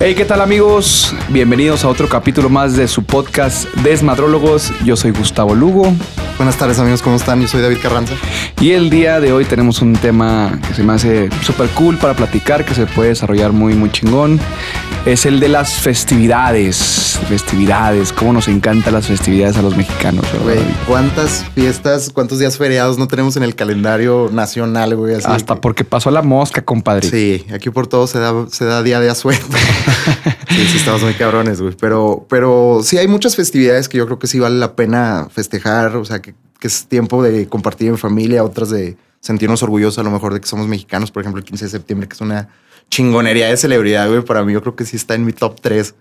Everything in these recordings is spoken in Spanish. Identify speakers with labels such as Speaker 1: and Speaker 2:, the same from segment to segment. Speaker 1: Hey, ¿qué tal amigos? Bienvenidos a otro capítulo más de su podcast Desmadrólogos. Yo soy Gustavo Lugo
Speaker 2: Buenas tardes amigos, ¿cómo están? Yo soy David Carranza.
Speaker 1: y el día de hoy tenemos un tema que se me hace súper cool para platicar, que se puede desarrollar muy, muy chingón. Es el de las festividades. Festividades, cómo nos encantan las festividades a los mexicanos. ¿verdad,
Speaker 2: Güey,
Speaker 1: David?
Speaker 2: ¿cuántas fiestas, cuántos días feriados no tenemos en el calendario nacional, güey? Así
Speaker 1: Hasta
Speaker 2: que-
Speaker 1: porque pasó la mosca, compadre.
Speaker 2: Sí, aquí por todo se da, se da día de asueto. sí, sí, estamos muy cabrones, güey. Pero, pero sí hay muchas festividades que yo creo que sí vale la pena festejar. O sea, que, que es tiempo de compartir en familia, otras de sentirnos orgullosos a lo mejor de que somos mexicanos. Por ejemplo, el 15 de septiembre, que es una chingonería de celebridad, güey. Para mí, yo creo que sí está en mi top 3.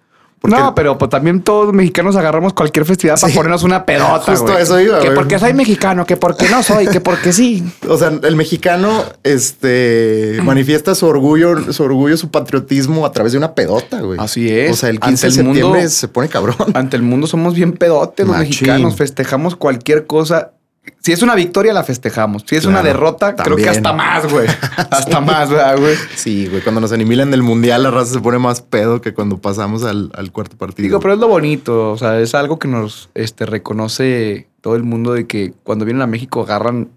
Speaker 1: No, pero pues, también todos los mexicanos agarramos cualquier festividad para
Speaker 2: Sí.
Speaker 1: ponernos una pedota.
Speaker 2: Justo
Speaker 1: güey.
Speaker 2: eso iba,
Speaker 1: Que
Speaker 2: güey.
Speaker 1: porque soy mexicano, que porque no soy, que porque sí.
Speaker 2: O sea, el mexicano este, manifiesta su orgullo, su orgullo, su patriotismo a través de una pedota, güey.
Speaker 1: Así es.
Speaker 2: O sea, el
Speaker 1: Ante
Speaker 2: 15 de
Speaker 1: el mundo-
Speaker 2: septiembre se pone cabrón.
Speaker 1: Ante el mundo somos bien pedotes los
Speaker 2: Machín.
Speaker 1: mexicanos, festejamos cualquier cosa. Si es una victoria, la festejamos. Si es una
Speaker 2: Claro,
Speaker 1: derrota, creo que
Speaker 2: también.
Speaker 1: hasta más, güey. Hasta más, ¿verdad, güey.
Speaker 2: Sí, güey. Cuando nos animilan del mundial, la raza se pone más pedo que cuando pasamos al, al cuarto partido.
Speaker 1: Digo, pero es lo bonito. O sea, es algo que nos este, reconoce todo el mundo de que cuando vienen a México agarran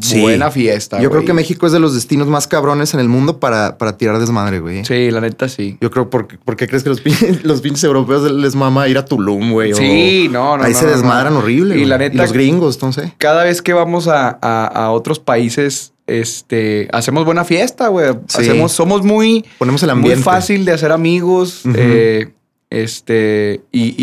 Speaker 2: Sí.
Speaker 1: buena fiesta.
Speaker 2: Yo creo
Speaker 1: güey.
Speaker 2: que México es de los destinos más cabrones en el mundo para, para tirar desmadre, güey.
Speaker 1: Sí, la neta sí.
Speaker 2: Yo creo, porque, ¿por qué crees que los, pin- los pinches europeos les mama ir a Tulum, güey? O-
Speaker 1: Sí, no, no.
Speaker 2: Ahí
Speaker 1: no,
Speaker 2: se
Speaker 1: no, no.
Speaker 2: desmadran horrible.
Speaker 1: Y
Speaker 2: güey.
Speaker 1: la neta-
Speaker 2: los gringos, entonces.
Speaker 1: cada vez que vamos a, a- a otros países, este, hacemos buena fiesta, güey.
Speaker 2: Sí.
Speaker 1: Hacemos, somos muy,
Speaker 2: Ponemos el
Speaker 1: muy
Speaker 2: ambiente.
Speaker 1: fácil de hacer amigos.
Speaker 2: Ujú.
Speaker 1: eh, este, y,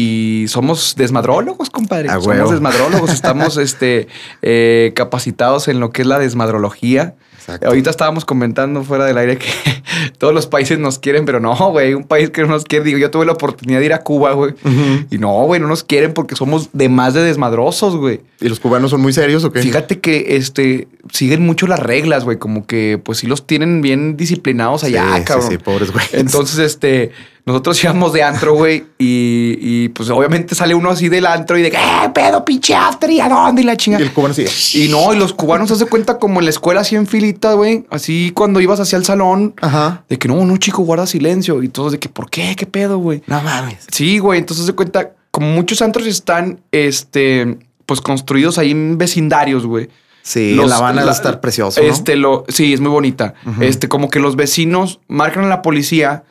Speaker 1: y somos desmadrólogos, compadre.
Speaker 2: A
Speaker 1: somos
Speaker 2: huevo.
Speaker 1: desmadrólogos. Estamos este, eh, capacitados en lo que es la desmadrología.
Speaker 2: Exacto.
Speaker 1: Ahorita estábamos comentando fuera del aire que todos los países nos quieren, pero no, güey. Un país que no nos quiere. Digo, yo tuve la oportunidad de ir a Cuba, güey.
Speaker 2: Ujú.
Speaker 1: Y no, güey, no nos quieren porque somos de más de desmadrosos, güey.
Speaker 2: ¿Y los cubanos son muy serios o qué?
Speaker 1: Fíjate que este siguen mucho las reglas, güey. Como que pues sí los tienen bien disciplinados allá,
Speaker 2: sí,
Speaker 1: cabrón.
Speaker 2: Sí, sí, pobres güeyes.
Speaker 1: Entonces, este, nosotros íbamos de antro, güey, y, y, pues obviamente sale uno así del antro y de ¡eh, pedo, pinche after! ¿Y a dónde? Y la
Speaker 2: Y
Speaker 1: chingada.
Speaker 2: el cubano sí.
Speaker 1: Y no, y los cubanos se hace cuenta como en la escuela así en filita, güey. Así cuando ibas hacia el salón,
Speaker 2: Ajá.
Speaker 1: de que no, no, chico, guarda silencio. Y todos de que, ¿por qué? ¿Qué pedo, güey?
Speaker 2: No mames.
Speaker 1: Sí, güey. Entonces se cuenta, como muchos antros están, este, pues construidos ahí en vecindarios, güey.
Speaker 2: Sí,
Speaker 1: Los-
Speaker 2: La Habana
Speaker 1: la-
Speaker 2: va a estar precioso. ¿no?
Speaker 1: Este lo, sí, es muy bonita.
Speaker 2: Ujú.
Speaker 1: Este, como que los vecinos marcan a la policía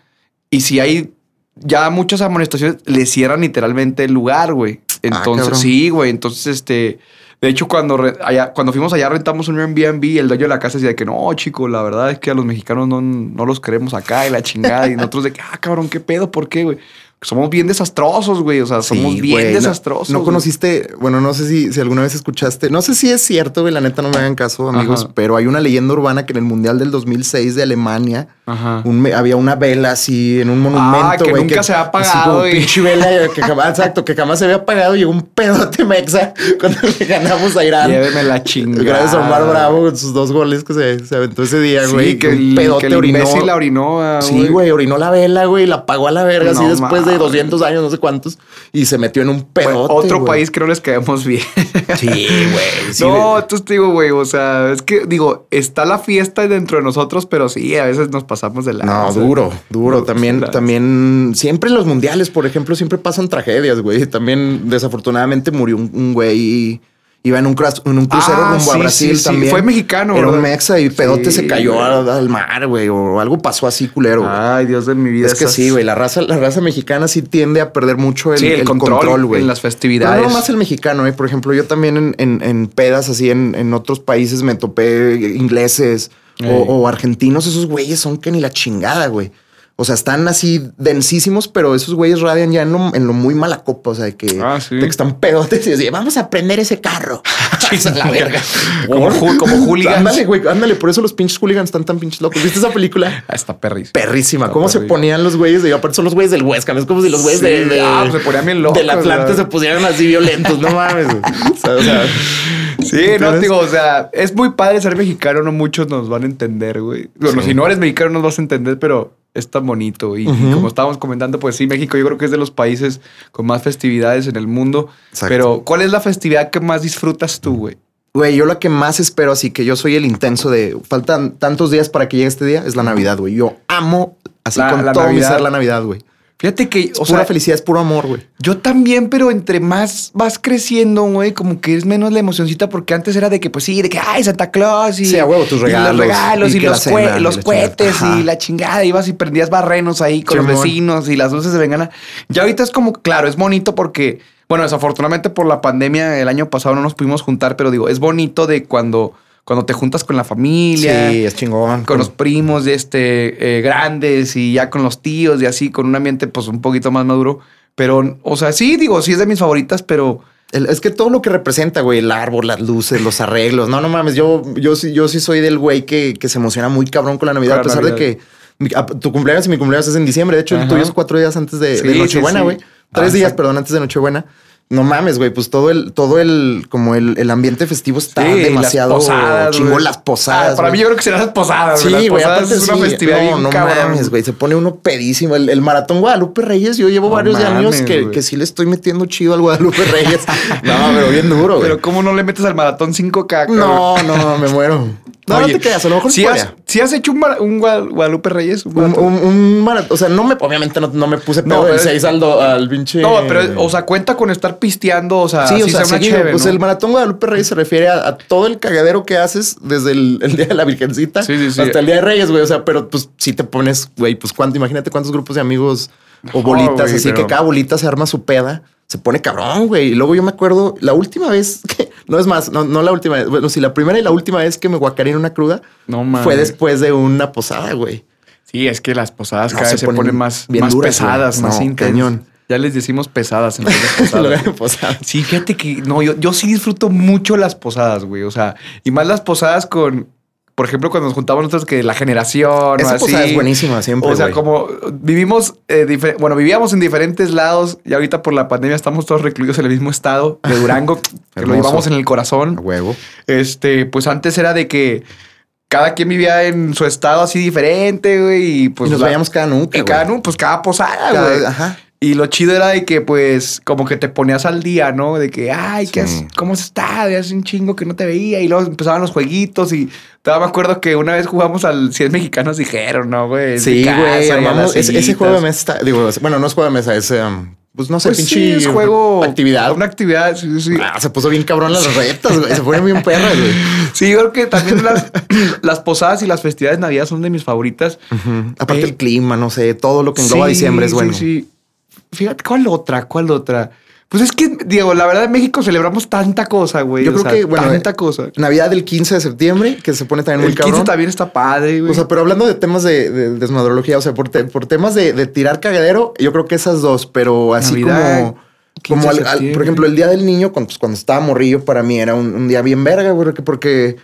Speaker 1: y si hay ya muchas amonestaciones, le cierran literalmente el lugar, güey. Entonces,
Speaker 2: Ah, cabrón.
Speaker 1: sí, güey. Entonces, este. De hecho, cuando, re- allá, cuando fuimos allá, rentamos un Airbnb y el dueño de la casa decía que no, chico, la verdad es que a los mexicanos no, no los queremos acá y la chingada. Y nosotros de que, ah, cabrón, qué pedo, ¿por qué, güey? Somos bien desastrosos, güey. O sea, somos
Speaker 2: Sí,
Speaker 1: bien
Speaker 2: güey, no-
Speaker 1: desastrosos.
Speaker 2: No,
Speaker 1: güey.
Speaker 2: conociste, bueno, no sé si, si alguna vez escuchaste, no sé si es cierto, güey, la neta no me hagan caso, amigos,
Speaker 1: Ajá.
Speaker 2: pero hay una leyenda urbana que en el Mundial del 2006 de Alemania
Speaker 1: Ajá.
Speaker 2: un me- había una vela así en un monumento.
Speaker 1: Ah, que
Speaker 2: güey,
Speaker 1: nunca se ha
Speaker 2: así
Speaker 1: apagado,
Speaker 2: como
Speaker 1: güey.
Speaker 2: pinche vela que jamás, exacto, que jamás se había apagado. Llegó un pedote mexa cuando le ganamos a Irán.
Speaker 1: Lléveme la chingada.
Speaker 2: Gracias a Omar Bravo con sus dos goles que se, se aventó ese día,
Speaker 1: Sí,
Speaker 2: güey.
Speaker 1: que el, que el imbécil la orinó. ah,
Speaker 2: Sí, güey, orinó la vela, güey, la apagó a la verga, así
Speaker 1: No
Speaker 2: después
Speaker 1: mames.
Speaker 2: de 200 años, no sé cuántos, y se metió en un
Speaker 1: Bueno,
Speaker 2: pedote.
Speaker 1: otro
Speaker 2: güey.
Speaker 1: país que no les caemos bien.
Speaker 2: Sí, güey. sí,
Speaker 1: no, entonces te digo, güey, o sea, es que digo, está la fiesta dentro de nosotros, pero sí, a veces nos pasamos de la.
Speaker 2: No, duro, duro. También, también, siempre en los mundiales, por ejemplo, siempre pasan tragedias, güey. También, desafortunadamente, murió un, un güey. Iba en un, cras- en un crucero
Speaker 1: Ah,
Speaker 2: rumbo a
Speaker 1: sí,
Speaker 2: Brasil
Speaker 1: sí, sí.
Speaker 2: también.
Speaker 1: Fue mexicano,
Speaker 2: Era un
Speaker 1: ¿verdad?
Speaker 2: mexa y pedote
Speaker 1: Sí, Ah,
Speaker 2: se cayó
Speaker 1: güey.
Speaker 2: al, al mar, güey. O algo pasó así, culero. güey.
Speaker 1: Ay, Dios de mi vida.
Speaker 2: es que
Speaker 1: esas-
Speaker 2: sí, güey. La raza, la raza mexicana sí tiende a perder mucho el,
Speaker 1: Sí, el,
Speaker 2: el
Speaker 1: control,
Speaker 2: güey.
Speaker 1: en las
Speaker 2: Pero
Speaker 1: festividades.
Speaker 2: no más el mexicano, ¿eh? Por ejemplo, yo también en, en- en pedas así en, en otros países me topé ingleses o,
Speaker 1: Ey.
Speaker 2: o argentinos. Esos güeyes son que ni la chingada, güey. O sea, están así densísimos, pero esos güeyes radian ya en lo, en lo muy mala copa. O sea, de que,
Speaker 1: Ah, sí. Ah,
Speaker 2: de que están pedotes y así, vamos a prender ese carro. Chisa, la verga.
Speaker 1: Como ju- como hooligans.
Speaker 2: Ándale, güey, ándale. Por eso los pinches hooligans están tan pinches locos. ¿Viste esa película?
Speaker 1: Ah, está perris.
Speaker 2: perrísima.
Speaker 1: Está
Speaker 2: ¿Cómo se
Speaker 1: perrísimo.
Speaker 2: ponían los güeyes? De, aparte son los güeyes del Huesca, no es como si los güeyes
Speaker 1: Sí,
Speaker 2: de, de-
Speaker 1: ah, se ponían bien locos,
Speaker 2: del Atlante
Speaker 1: ¿verdad?
Speaker 2: se pusieran así violentos, no mames. güey. O sea, o sea,
Speaker 1: Sí, no,
Speaker 2: Entonces-
Speaker 1: digo, o sea, es muy padre ser mexicano, no muchos nos van a entender, güey. Bueno,
Speaker 2: Sí.
Speaker 1: si no eres mexicano nos vas a entender, pero es tan bonito. Y, y
Speaker 2: Ujú.
Speaker 1: como estábamos comentando, pues sí, México yo creo que es de los países con más festividades en el mundo.
Speaker 2: Exacto.
Speaker 1: Pero, ¿cuál es la festividad que más disfrutas tú, güey?
Speaker 2: Güey, yo la que más espero, así que yo soy el intenso de faltan tantos días para que llegue este día, es la Navidad, güey. Yo amo Así
Speaker 1: La-
Speaker 2: con
Speaker 1: la
Speaker 2: todo mi
Speaker 1: Navidad.
Speaker 2: ser la Navidad, güey.
Speaker 1: Fíjate que,
Speaker 2: Es
Speaker 1: o
Speaker 2: pura
Speaker 1: sea,
Speaker 2: felicidad, es puro amor, güey.
Speaker 1: yo también, pero entre más vas creciendo, güey, como que es menos la emocioncita, porque antes era de que, pues sí, de que, ay, Santa Claus y.
Speaker 2: Sí, a huevo, tus
Speaker 1: Y
Speaker 2: regalos,
Speaker 1: los regalos
Speaker 2: y
Speaker 1: y,
Speaker 2: que
Speaker 1: los,
Speaker 2: la cena,
Speaker 1: cue-
Speaker 2: y
Speaker 1: los
Speaker 2: la
Speaker 1: cohetes
Speaker 2: chingada. Ajá.
Speaker 1: y la chingada. Ibas y prendías barrenos ahí con los
Speaker 2: Simón.
Speaker 1: vecinos y las dulces de bengala. Ya ahorita es como, claro, es bonito porque, bueno, desafortunadamente por la pandemia el año pasado no nos pudimos juntar, pero digo, es bonito de cuando, cuando te juntas con la familia
Speaker 2: Sí, es chingón.
Speaker 1: con los primos de este eh, grandes y ya con los tíos y así con un ambiente pues un poquito más maduro pero o sea sí digo sí es de mis favoritas pero
Speaker 2: El- es que todo lo que representa, güey, el árbol, las luces, los arreglos. No, no mames. Yo, yo, sí- yo sí soy del güey que, que se emociona muy cabrón con la Navidad,
Speaker 1: Con la
Speaker 2: a pesar de
Speaker 1: Navidad.
Speaker 2: que mi- a- tu cumpleaños y mi cumpleaños es en diciembre. De hecho,
Speaker 1: Ajá.
Speaker 2: el tuyo es cuatro días antes de,
Speaker 1: Sí,
Speaker 2: de
Speaker 1: sí,
Speaker 2: Nochebuena,
Speaker 1: sí.
Speaker 2: güey.
Speaker 1: Ah,
Speaker 2: Tres días,
Speaker 1: exacto.
Speaker 2: perdón, antes de Nochebuena. No mames, güey. Pues todo el, todo el, como el, el ambiente festivo está
Speaker 1: sí,
Speaker 2: demasiado
Speaker 1: las posadas,
Speaker 2: chingón.
Speaker 1: güey.
Speaker 2: Las posadas.
Speaker 1: Ah, para mí
Speaker 2: güey.
Speaker 1: yo creo que serán las posadas
Speaker 2: Sí,
Speaker 1: las
Speaker 2: güey,
Speaker 1: posadas
Speaker 2: aparte
Speaker 1: es una
Speaker 2: sí.
Speaker 1: festividad
Speaker 2: No,
Speaker 1: bien
Speaker 2: no
Speaker 1: cabrón.
Speaker 2: mames, güey, se pone uno pedísimo. El, el maratón Guadalupe Reyes, yo llevo
Speaker 1: No
Speaker 2: varios de años
Speaker 1: mames,
Speaker 2: que,
Speaker 1: güey.
Speaker 2: que sí le estoy metiendo chido al Guadalupe Reyes. no, pero bien duro, güey.
Speaker 1: pero cómo no le metes al maratón 5k cabrón?
Speaker 2: No, no, me muero. No,
Speaker 1: Oye,
Speaker 2: no te creas, a lo mejor
Speaker 1: si
Speaker 2: sí
Speaker 1: has, si has hecho un, mara- un Guad- Guadalupe Reyes un
Speaker 2: un,
Speaker 1: maratón.
Speaker 2: un, un maratón, o sea, no me, obviamente no, no me puse
Speaker 1: No,
Speaker 2: pedo del
Speaker 1: pero-
Speaker 2: 6 al, do- al pinche.
Speaker 1: no pero o sea cuenta con estar pisteando o sea
Speaker 2: Sí, o
Speaker 1: así
Speaker 2: sea,
Speaker 1: sea una
Speaker 2: seguido.
Speaker 1: chévere,
Speaker 2: Pues
Speaker 1: ¿no?
Speaker 2: el maratón Guadalupe Reyes se refiere a, a todo el cagadero que haces desde el, el día de la Virgencita
Speaker 1: Sí, sí, sí.
Speaker 2: hasta el día de Reyes, güey. O sea, pero pues si te pones, güey, pues cuánto, imagínate cuántos grupos de amigos o bolitas,
Speaker 1: güey,
Speaker 2: así
Speaker 1: pero-
Speaker 2: que cada bolita se arma su peda. Se pone cabrón, güey. Y luego yo me acuerdo la última vez que, no es más, no, no la última vez, bueno, sí, la primera y la última vez que me guacaré en una cruda
Speaker 1: No mames.
Speaker 2: fue después de una posada, güey.
Speaker 1: Sí, es que las posadas
Speaker 2: No,
Speaker 1: cada
Speaker 2: se
Speaker 1: vez se
Speaker 2: ponen
Speaker 1: ponen más,
Speaker 2: bien
Speaker 1: más
Speaker 2: duras,
Speaker 1: pesadas,
Speaker 2: güey.
Speaker 1: más
Speaker 2: No,
Speaker 1: intensas.
Speaker 2: cañón.
Speaker 1: Ya les decimos pesadas en lugar de
Speaker 2: En
Speaker 1: posadas.
Speaker 2: lugar de posada.
Speaker 1: Sí, fíjate que no, yo, yo sí disfruto mucho las posadas, güey. O sea, y más las posadas con, por ejemplo, cuando nos juntamos nosotros que la generación. o
Speaker 2: Esa
Speaker 1: así.
Speaker 2: posada es buenísima siempre,
Speaker 1: O sea,
Speaker 2: güey.
Speaker 1: como vivimos, eh, difer- bueno, vivíamos en diferentes lados y ahorita por la pandemia estamos todos recluidos en el mismo estado de Durango, que lo
Speaker 2: Hermoso. Ah,
Speaker 1: llevamos en el corazón.
Speaker 2: A huevo.
Speaker 1: Este, pues antes era de que cada quien vivía en su estado así diferente, güey, y pues
Speaker 2: y nos
Speaker 1: la-
Speaker 2: vayamos cada nuca.
Speaker 1: y cada
Speaker 2: güey.
Speaker 1: nu- pues cada posada,
Speaker 2: Cada-
Speaker 1: güey.
Speaker 2: Ajá.
Speaker 1: Y lo chido era de que, pues, como que te ponías al día, ¿no? De que, ay, ¿qué
Speaker 2: Sí.
Speaker 1: has- ¿cómo has estado? Hace un chingo que no te veía. Y luego empezaban los jueguitos. Y todavía me acuerdo que una vez jugamos al 100 mexicanos, dijeron, ¿no, güey? Es mi
Speaker 2: Sí,
Speaker 1: casa, y
Speaker 2: güey,
Speaker 1: a las
Speaker 2: armamos ese, ese
Speaker 1: sillitas.
Speaker 2: juego de mesa. está- Digo, es- bueno, no es juego de mesa, es, em, pues no sé,
Speaker 1: Pues
Speaker 2: pinche
Speaker 1: sí, es juego.
Speaker 2: actividad.
Speaker 1: Una actividad, sí, sí.
Speaker 2: Ah, se puso bien cabrón las retas, güey. Se fueron bien perras, güey.
Speaker 1: Sí, yo creo que también las, las posadas y las festividades de Navidad son de mis favoritas.
Speaker 2: Aparte
Speaker 1: Eh,
Speaker 2: el clima, no sé, todo lo que engloba diciembre es bueno.
Speaker 1: Sí, sí. Fíjate, ¿cuál otra? ¿Cuál otra? Pues es que, Diego, la verdad en México celebramos tanta cosa, güey.
Speaker 2: Yo
Speaker 1: o
Speaker 2: creo
Speaker 1: sea,
Speaker 2: que, bueno,
Speaker 1: tanta
Speaker 2: eh,
Speaker 1: cosa.
Speaker 2: Navidad del 15 de septiembre, que se pone también
Speaker 1: El
Speaker 2: muy
Speaker 1: 15
Speaker 2: cabrón.
Speaker 1: también está padre, güey.
Speaker 2: O sea, pero hablando de temas de, de desmadrología, o sea, por, te- por temas de, de tirar cagadero, yo creo que esas dos, pero así
Speaker 1: Navidad,
Speaker 2: como...
Speaker 1: 15
Speaker 2: Como
Speaker 1: de
Speaker 2: al- al- por
Speaker 1: septiembre.
Speaker 2: ejemplo, el día del niño, cuando, pues, cuando estaba morrillo, para mí era un, un día bien verga, güey, porque, porque,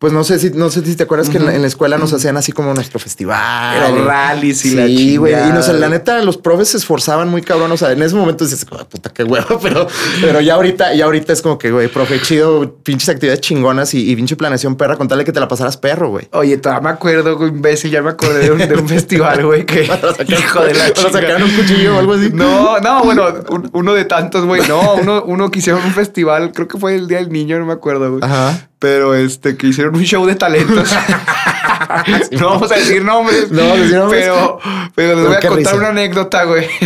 Speaker 2: pues no sé si, no sé si te acuerdas que en la, en la escuela nos hacían así como nuestro festival.
Speaker 1: Los
Speaker 2: y-
Speaker 1: rallies y
Speaker 2: Sí,
Speaker 1: la
Speaker 2: güey. Y
Speaker 1: chingada.
Speaker 2: nos, la neta, los profes se esforzaban muy cabrón. O sea, en ese momento dices, "Ah, puta, qué hueva, pero, pero ya ahorita, ya ahorita es como que, güey, profe, chido, pinches actividades chingonas y, y pinche planeación perra, contarle que te la pasaras perro, güey.
Speaker 1: Oye, todavía me acuerdo, güey, imbécil, ya me acordé de un, de un festival, güey, que
Speaker 2: Para sacar-
Speaker 1: hijo de la
Speaker 2: para
Speaker 1: chica.
Speaker 2: sacar un cuchillo o algo así.
Speaker 1: No, no, bueno, un- uno de tantos, güey. No, uno, uno que hicieron un festival, creo que fue el Día del Niño, no me acuerdo, güey.
Speaker 2: Ajá.
Speaker 1: Pero este, que hicieron un show de talentos. no vamos a decir nombres.
Speaker 2: No vamos a decir nombres.
Speaker 1: Pero, pero les
Speaker 2: Pero
Speaker 1: voy a
Speaker 2: qué
Speaker 1: contar
Speaker 2: risa.
Speaker 1: una anécdota, güey.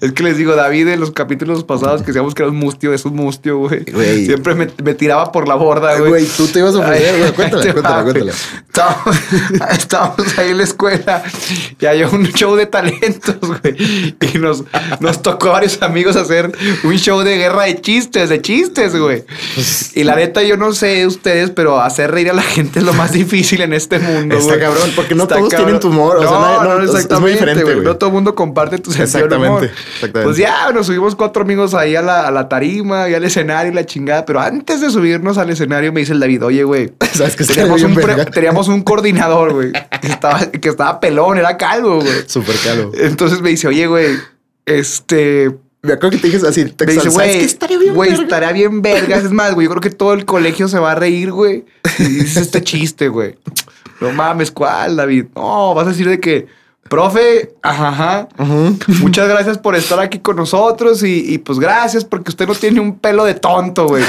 Speaker 1: Es que les digo, David, en los capítulos pasados que decíamos que era un mustio, es un mustio, güey.
Speaker 2: Güey.
Speaker 1: Siempre me, me tiraba por la borda, güey.
Speaker 2: Güey, tú te ibas a ofender,
Speaker 1: Ay,
Speaker 2: güey. Cuéntala,
Speaker 1: te
Speaker 2: cuéntala,
Speaker 1: va, güey.
Speaker 2: cuéntala.
Speaker 1: Estábamos, estábamos ahí en la escuela y había un show de talentos, güey. Y nos, nos tocó a varios amigos hacer un show de guerra de chistes, de chistes, güey.
Speaker 2: Pues,
Speaker 1: Y la neta, yo no sé ustedes, pero hacer reír a la gente es lo más difícil en este mundo,
Speaker 2: Está
Speaker 1: güey.
Speaker 2: cabrón, porque no todos tienen tu humor, o
Speaker 1: no,
Speaker 2: sea, nadie-
Speaker 1: no,
Speaker 2: no, es- es muy
Speaker 1: exactamente,
Speaker 2: diferente,
Speaker 1: güey.
Speaker 2: güey.
Speaker 1: No todo el mundo comparte tu sentido del humor.
Speaker 2: Exactamente, exactamente.
Speaker 1: Pues ya, nos subimos cuatro amigos ahí a la, a la tarima y al escenario y la chingada. Pero antes de subirnos al escenario, me dice el David, oye, güey.
Speaker 2: Sabes que estaría
Speaker 1: Teníamos
Speaker 2: bien
Speaker 1: un, pre-
Speaker 2: verga.
Speaker 1: teníamos un coordinador, güey, que estaba, que estaba pelón, era calvo, güey.
Speaker 2: Súper caro.
Speaker 1: Entonces me dice, oye, güey, este.
Speaker 2: Me acuerdo que te dije así, te
Speaker 1: Me dice,
Speaker 2: exaltas, "Es
Speaker 1: güey,
Speaker 2: que estaría bien
Speaker 1: güey,
Speaker 2: verga".
Speaker 1: estaría bien vergas. Es más, güey, yo creo que todo el colegio se va a reír, güey. Y dices este chiste, güey. No mames, ¿cuál, David? No, vas a decir de que, profe, ajá, ajá.
Speaker 2: Ujú.
Speaker 1: Muchas gracias por estar aquí con nosotros y, y, pues gracias porque usted no tiene un pelo de tonto, güey.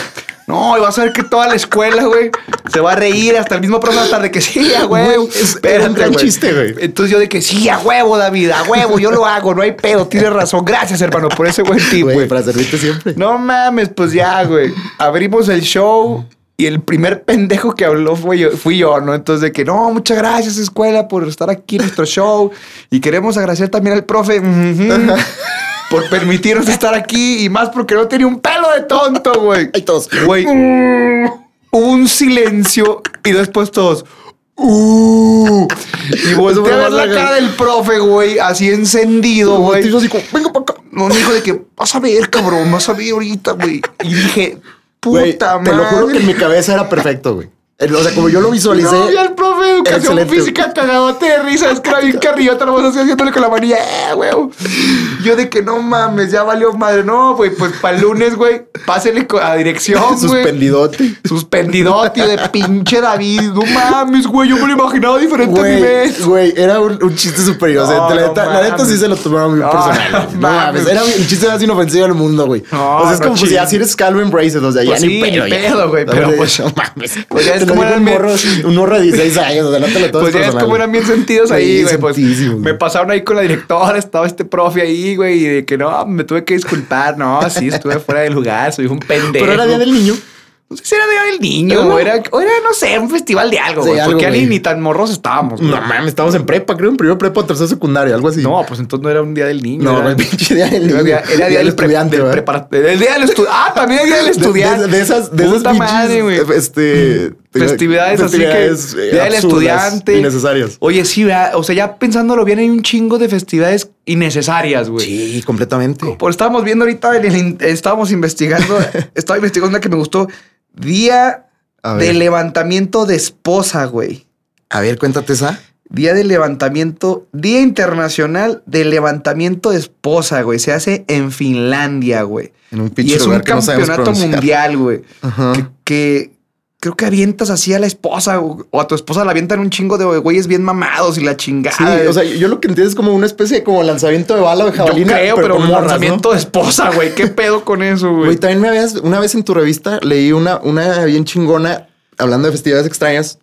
Speaker 1: No, y vas a ver que toda la escuela, güey, se va a reír hasta el mismo profe hasta de que sí, a huevo.
Speaker 2: Güey, es- era un gran chiste, güey.
Speaker 1: Entonces yo de que sí, a huevo, David, a huevo, yo lo hago, no hay pedo, tienes razón. Gracias, hermano, por ese buen tip,
Speaker 2: Güey,
Speaker 1: güey.
Speaker 2: para servirte siempre.
Speaker 1: No mames, pues ya, güey. Abrimos el show y el primer pendejo que habló fue yo, fui yo, ¿no? Entonces, de que no, muchas gracias, escuela, por estar aquí en nuestro show. Y queremos agradecer también al profe ujú, por permitirnos estar aquí y más porque no tenía un pelo de tonto, güey.
Speaker 2: Ay, todos.
Speaker 1: Güey, hubo un silencio y después todos. "Uh". y volteé a ver la cara del profe, güey, así encendido, güey.
Speaker 2: Tío, así como, venga para acá.
Speaker 1: No, me dijo de que vas a ver, cabrón, vas a ver ahorita, güey. Y dije,
Speaker 2: Güey,
Speaker 1: puta madre.
Speaker 2: Te lo juro que en mi cabeza era perfecto, güey. El- O sea, como yo lo visualicé.
Speaker 1: No, ya el profe de educación
Speaker 2: Excelente.
Speaker 1: física cagadote de risa. Es que era bien carrillota, nomás así haciéndole con la manilla. ¡Eh, güey! Yo de que no mames, ya valió madre. No, güey, pues para el lunes, güey, pásele co- a dirección, güey.
Speaker 2: Suspendidote.
Speaker 1: Suspendido, tío, de pinche David. No mames, güey, yo me lo imaginaba diferente a mi
Speaker 2: Güey,
Speaker 1: vez.
Speaker 2: güey, era un, un chiste súper inocente.
Speaker 1: No,
Speaker 2: la,
Speaker 1: no
Speaker 2: neta, la neta
Speaker 1: mames.
Speaker 2: sí se lo tomaron muy
Speaker 1: No,
Speaker 2: personal.
Speaker 1: no
Speaker 2: güey. No mames.
Speaker 1: mames.
Speaker 2: Era el chiste más inofensivo del mundo, güey.
Speaker 1: No,
Speaker 2: o sea, es
Speaker 1: no
Speaker 2: como pues,
Speaker 1: chingues.
Speaker 2: ya si eres Calvin Braces, o sea,
Speaker 1: Pues
Speaker 2: ya
Speaker 1: sí,
Speaker 2: ni pedo.
Speaker 1: ni
Speaker 2: ya.
Speaker 1: pedo, güey,
Speaker 2: La
Speaker 1: pero
Speaker 2: verdad,
Speaker 1: pues-
Speaker 2: no mames.
Speaker 1: Pues ya es
Speaker 2: Te lo
Speaker 1: como
Speaker 2: digo
Speaker 1: era
Speaker 2: un
Speaker 1: el-
Speaker 2: morro, un morro de 16 años, o sea, no te lo tomes
Speaker 1: Pues ya es
Speaker 2: personal,
Speaker 1: como
Speaker 2: güey.
Speaker 1: eran bien sentidos ahí,
Speaker 2: Sí,
Speaker 1: güey. Pues
Speaker 2: sentidísimos,
Speaker 1: me
Speaker 2: güey.
Speaker 1: pasaron ahí con la directora, estaba este profe ahí, güey, y de que no, me tuve que disculpar. No, sí, estuve fuera de lugar, soy un pendejo.
Speaker 2: Pero era día del niño.
Speaker 1: No sé si era día del niño,
Speaker 2: Era
Speaker 1: o
Speaker 2: una-
Speaker 1: era, o era, no sé, un festival de algo,
Speaker 2: Sí,
Speaker 1: güey.
Speaker 2: algo,
Speaker 1: porque
Speaker 2: güey.
Speaker 1: ni, ni tan morros estábamos, güey.
Speaker 2: No mames, estábamos en prepa, creo, en primero prepa, tercero secundaria, algo así.
Speaker 1: No, pues entonces no era un día del niño.
Speaker 2: No,
Speaker 1: era,
Speaker 2: el pinche día del
Speaker 1: era
Speaker 2: niño.
Speaker 1: día, era día del, estudiante, del
Speaker 2: ¿verdad?
Speaker 1: prepara- El día del estudiante. Ah, también el día del
Speaker 2: De- de-
Speaker 1: estudiante.
Speaker 2: De, esas, de esas
Speaker 1: Puta
Speaker 2: pinches,
Speaker 1: madre, güey.
Speaker 2: Este,
Speaker 1: Festividades, así que
Speaker 2: eh,
Speaker 1: Día del
Speaker 2: absurdas,
Speaker 1: Estudiante.
Speaker 2: Innecesarias.
Speaker 1: Oye, sí, ¿verdad? o sea, ya pensándolo bien, hay un chingo de festividades innecesarias, güey.
Speaker 2: Sí, completamente.
Speaker 1: Por estábamos viendo ahorita, en el in- estábamos investigando, estaba investigando una que me gustó. Día
Speaker 2: A
Speaker 1: de
Speaker 2: ver.
Speaker 1: levantamiento de esposa, güey.
Speaker 2: A ver, cuéntate esa.
Speaker 1: Día de levantamiento, Día Internacional de Levantamiento de Esposa, güey. Se hace en Finlandia, güey.
Speaker 2: En un
Speaker 1: Y
Speaker 2: pinche
Speaker 1: es un
Speaker 2: lugar que no sabemos
Speaker 1: campeonato
Speaker 2: pronunciar. Ah.
Speaker 1: mundial, güey.
Speaker 2: Ajá.
Speaker 1: Que, que creo que avientas así a la esposa o o a tu esposa la avientan un chingo de güeyes bien mamados y la chingada.
Speaker 2: Sí, o sea, yo lo que entiendo es como una especie de como lanzamiento de bala o de jabalina.
Speaker 1: yo creo, pero,
Speaker 2: con
Speaker 1: un
Speaker 2: morras, ¿no?
Speaker 1: lanzamiento de esposa, güey. ¿Qué pedo con eso,
Speaker 2: Güey,
Speaker 1: güey?
Speaker 2: también me habías, una vez en tu revista leí una, una bien chingona hablando de festividades extrañas.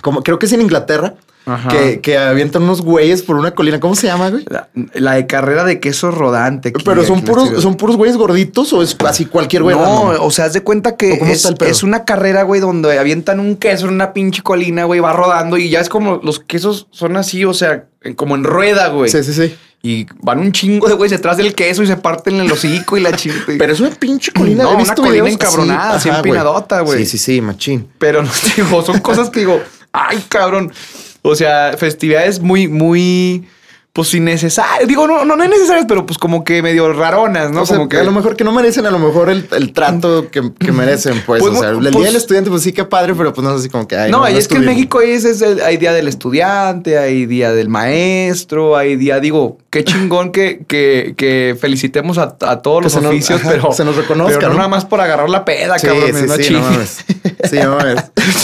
Speaker 2: Como creo que es en Inglaterra,
Speaker 1: Ajá.
Speaker 2: que, que avientan unos güeyes por una colina. ¿Cómo se llama, güey?
Speaker 1: La, la de carrera de queso rodante. aquí,
Speaker 2: Pero son
Speaker 1: aquí la estoy-
Speaker 2: puros, son puros güeyes gorditos o es así cualquier güey.
Speaker 1: No,
Speaker 2: random?
Speaker 1: o sea, haz de cuenta
Speaker 2: ¿O
Speaker 1: que
Speaker 2: cómo
Speaker 1: es,
Speaker 2: está el pedo?
Speaker 1: es una carrera, güey, donde avientan un queso en una pinche colina, güey, va rodando y ya es como los quesos son así, o sea, en- como en rueda, güey.
Speaker 2: Sí, sí, sí.
Speaker 1: Y van un chingo de güeyes detrás del queso y se parten el hocico y la chingada.
Speaker 2: Pero es una pinche colina.
Speaker 1: No,
Speaker 2: he
Speaker 1: una
Speaker 2: visto
Speaker 1: colina
Speaker 2: videos
Speaker 1: encabronada,
Speaker 2: así,
Speaker 1: así
Speaker 2: ajá,
Speaker 1: empinadota, güey.
Speaker 2: Sí, sí, sí, machín.
Speaker 1: Pero no digo, son cosas que digo, ay, cabrón. O sea, festividades muy, muy, pues innecesarias. Digo, no, no, no innecesarias, pero pues como que medio raronas, ¿no?
Speaker 2: o sea,
Speaker 1: como que
Speaker 2: a lo mejor que no merecen a lo mejor el, el trato que, que merecen, pues.
Speaker 1: Pues,
Speaker 2: o sea, el
Speaker 1: pues-
Speaker 2: día del estudiante, pues sí, qué padre, pero pues no es así como que. ay,
Speaker 1: no, y es que en
Speaker 2: estuvieron.
Speaker 1: México es, es el- hay día del estudiante, hay día del maestro, hay día, digo, qué chingón que, que, que felicitemos a, a todos
Speaker 2: Que
Speaker 1: los
Speaker 2: se nos-
Speaker 1: oficios,
Speaker 2: ajá,
Speaker 1: pero
Speaker 2: se nos reconozca,
Speaker 1: pero no,
Speaker 2: ¿no?
Speaker 1: nada más por agarrar la peda,
Speaker 2: Sí,
Speaker 1: cabrón,
Speaker 2: sí,
Speaker 1: no
Speaker 2: sí, no
Speaker 1: chingues.
Speaker 2: mames. Sí, no mames.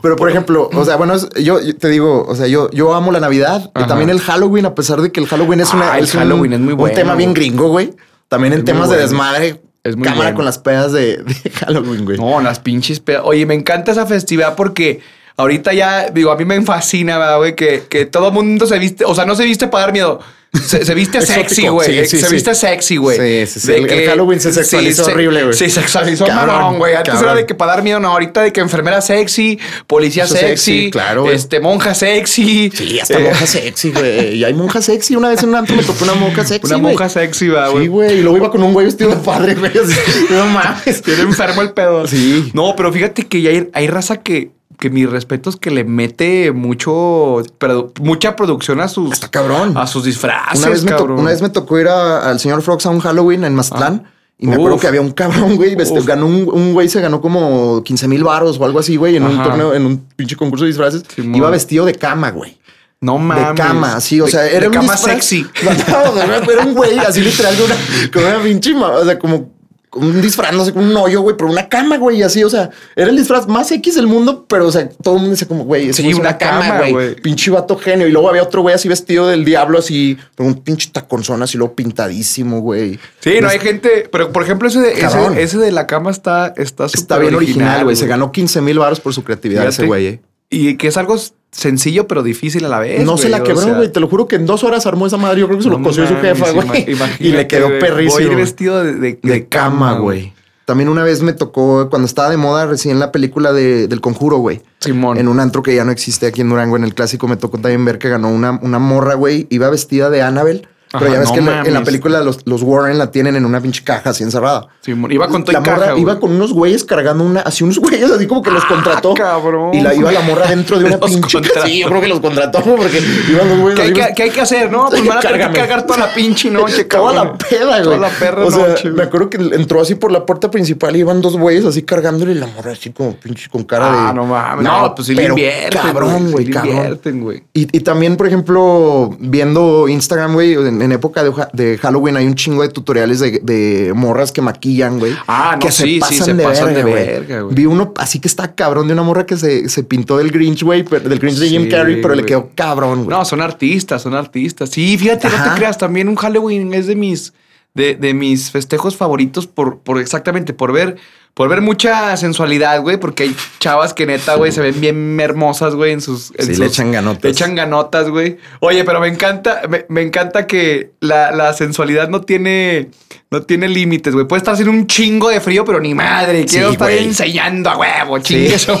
Speaker 2: Pero por ejemplo, o sea, bueno, es- yo, yo te digo, o sea, yo, yo amo la Navidad
Speaker 1: Ajá.
Speaker 2: y también el Halloween, a pesar de que el Halloween es una
Speaker 1: Ah, el
Speaker 2: un-
Speaker 1: Halloween es muy bueno,
Speaker 2: un tema bien
Speaker 1: güey.
Speaker 2: gringo, güey. También en
Speaker 1: Es muy
Speaker 2: temas de
Speaker 1: bueno.
Speaker 2: desmadre,
Speaker 1: Es muy
Speaker 2: cámara
Speaker 1: bueno.
Speaker 2: con las pedas de, de Halloween, güey.
Speaker 1: No, las pinches pedas. Oye, me encanta esa festividad porque ahorita ya, digo, a mí me fascina, ¿verdad, güey, que, que todo mundo se viste, o sea, no se viste para dar miedo. Se, se viste sexy,
Speaker 2: Exótico.
Speaker 1: güey. eh,
Speaker 2: Sí, sí,
Speaker 1: se
Speaker 2: sí.
Speaker 1: viste sexy, güey.
Speaker 2: Sí, sí, sí. El- el Halloween se sexualizó
Speaker 1: se-
Speaker 2: horrible, güey.
Speaker 1: Se sexualizó
Speaker 2: Cabrón,
Speaker 1: cabrón, güey. Antes
Speaker 2: cabrón.
Speaker 1: era de que para dar miedo, no. Ahorita de que enfermera sexy, policía
Speaker 2: Eso
Speaker 1: sexy,
Speaker 2: sexy, claro, güey.
Speaker 1: este, monja sexy.
Speaker 2: Sí, hasta
Speaker 1: eh,
Speaker 2: monja sexy, güey. Y hay monja sexy. Una vez en un antro me tocó una monja sexy.
Speaker 1: Una
Speaker 2: güey.
Speaker 1: monja sexy, ¿verdad, güey.
Speaker 2: Sí, güey. Y luego iba con un güey vestido de padre, güey. Así, No mames.
Speaker 1: Tiene enfermo el pedo.
Speaker 2: Sí.
Speaker 1: No, pero fíjate que ya hay, hay raza que, que mis respetos que le mete mucho, produ- mucha producción a sus,
Speaker 2: Está cabrón.
Speaker 1: a sus disfraces,
Speaker 2: Una vez, me to-
Speaker 1: Ah, cabrón.
Speaker 2: una vez me tocó ir a- al señor Frogs a un Halloween en Mazatlán. Y me
Speaker 1: Uf.
Speaker 2: acuerdo que había un cabrón, güey. vestido-
Speaker 1: Uf.
Speaker 2: Ganó un, un güey, se ganó como 15 mil baros o algo así, güey, en un
Speaker 1: Ajá.
Speaker 2: torneo, en un pinche concurso de disfraces.
Speaker 1: Simón.
Speaker 2: Iba vestido de cama, güey.
Speaker 1: no mames.
Speaker 2: De cama, sí, o
Speaker 1: De-
Speaker 2: sea,
Speaker 1: de
Speaker 2: era un
Speaker 1: cama
Speaker 2: disfraz-
Speaker 1: sexy.
Speaker 2: No, no, no, era un güey así literal de una, con una pinche, ma- o sea, como un disfraz, no sé, un hoyo, güey, pero una cama, güey, y así, o sea, era el disfraz más X del mundo, pero, o sea, todo el mundo decía como, güey, ese
Speaker 1: Sí,
Speaker 2: güey es
Speaker 1: una
Speaker 2: una, cama,
Speaker 1: cama,
Speaker 2: güey,
Speaker 1: güey.
Speaker 2: pinche vato genio. Y luego había otro güey así vestido del diablo, así, con un pinche taconzón así, luego pintadísimo, güey.
Speaker 1: Sí, no
Speaker 2: Unas-
Speaker 1: hay gente. Pero por ejemplo, ese de,
Speaker 2: Cabrón.
Speaker 1: ese, ese de la cama está está,
Speaker 2: Está
Speaker 1: súper
Speaker 2: bien original, güey, se ganó 15 mil baros por su creatividad
Speaker 1: Fíjate.
Speaker 2: ese güey, eh.
Speaker 1: Y que es algo sencillo, pero difícil a la vez.
Speaker 2: No se
Speaker 1: güey,
Speaker 2: la
Speaker 1: o
Speaker 2: quebró,
Speaker 1: sea,
Speaker 2: güey. Te lo juro que en dos horas armó esa madre. Yo creo que se lo
Speaker 1: no
Speaker 2: cosió su
Speaker 1: mames,
Speaker 2: jefa,
Speaker 1: ima-
Speaker 2: güey. Y le
Speaker 1: imagínate,
Speaker 2: quedó
Speaker 1: güey, Voy a
Speaker 2: perrísimo.
Speaker 1: ir vestido de, de-
Speaker 2: De,
Speaker 1: de
Speaker 2: cama, güey. También una vez me tocó cuando estaba de moda recién la película de- del conjuro, güey.
Speaker 1: Simón.
Speaker 2: En un antro que ya no existe aquí en Durango, en el clásico, me tocó también ver que ganó una, una morra, güey. Iba vestida de Annabelle. Pero
Speaker 1: Ajá,
Speaker 2: ya ves
Speaker 1: no
Speaker 2: que en la- en la
Speaker 1: mames.
Speaker 2: película los, los Warren la tienen en una pinche caja así encerrada.
Speaker 1: Simón. Iba con todo
Speaker 2: la
Speaker 1: y caja,
Speaker 2: morra
Speaker 1: güey. Ah,
Speaker 2: iba con unos güeyes cargando una, así unos güeyes, así como que los contrató.
Speaker 1: cabrón.
Speaker 2: Y la iba la morra dentro de una
Speaker 1: Los
Speaker 2: pinche.
Speaker 1: contrató.
Speaker 2: Sí, yo creo que los contrató porque iban los güeyes
Speaker 1: ¿Qué hay,
Speaker 2: así,
Speaker 1: que, qué hay que hacer? No, pues me van a tener que
Speaker 2: Cárgame.
Speaker 1: cargar toda la pinche noche,
Speaker 2: Toda
Speaker 1: cabrón.
Speaker 2: la peda, güey.
Speaker 1: Toda la perra
Speaker 2: o sea,
Speaker 1: noche,
Speaker 2: Me
Speaker 1: güey.
Speaker 2: acuerdo que entró así por la puerta principal y iban dos güeyes así cargándole la morra así como pinche con cara de.
Speaker 1: Ah, no mames. No, pues sí le
Speaker 2: pero
Speaker 1: invierten.
Speaker 2: Cabrón, güey,
Speaker 1: sí le
Speaker 2: cabrón.
Speaker 1: invierten, güey.
Speaker 2: Y, y también, por ejemplo, viendo Instagram, güey, en, en época de, ja- de Halloween hay un chingo de tutoriales de, de morras que maquillan, güey.
Speaker 1: Ah, no,
Speaker 2: que
Speaker 1: sí, sí, se pasan de verga, güey.
Speaker 2: Vi uno así que está cabrón de una morra que se, se pintó del Grinch, güey, pero- del Grinch de Jim
Speaker 1: Sí,
Speaker 2: Carrey, pero le
Speaker 1: güey.
Speaker 2: quedó cabrón, güey.
Speaker 1: No, son artistas, son artistas. Sí, fíjate, no
Speaker 2: Ajá.
Speaker 1: te creas, también un Halloween es de mis, de, de mis festejos favoritos por, por exactamente, por ver, por ver mucha sensualidad, güey, porque hay chavas que neta, güey, se ven bien hermosas, güey, en sus... en
Speaker 2: Sí, le
Speaker 1: sus-
Speaker 2: echan ganotas.
Speaker 1: Le echan ganotas, güey. Oye, pero me encanta, me, me encanta que la, la sensualidad no tiene, no tiene límites, güey. Puede estar haciendo un chingo de frío, pero ni madre, quiero
Speaker 2: Sí,
Speaker 1: estar
Speaker 2: güey.
Speaker 1: enseñando a huevo, chingue eso.
Speaker 2: O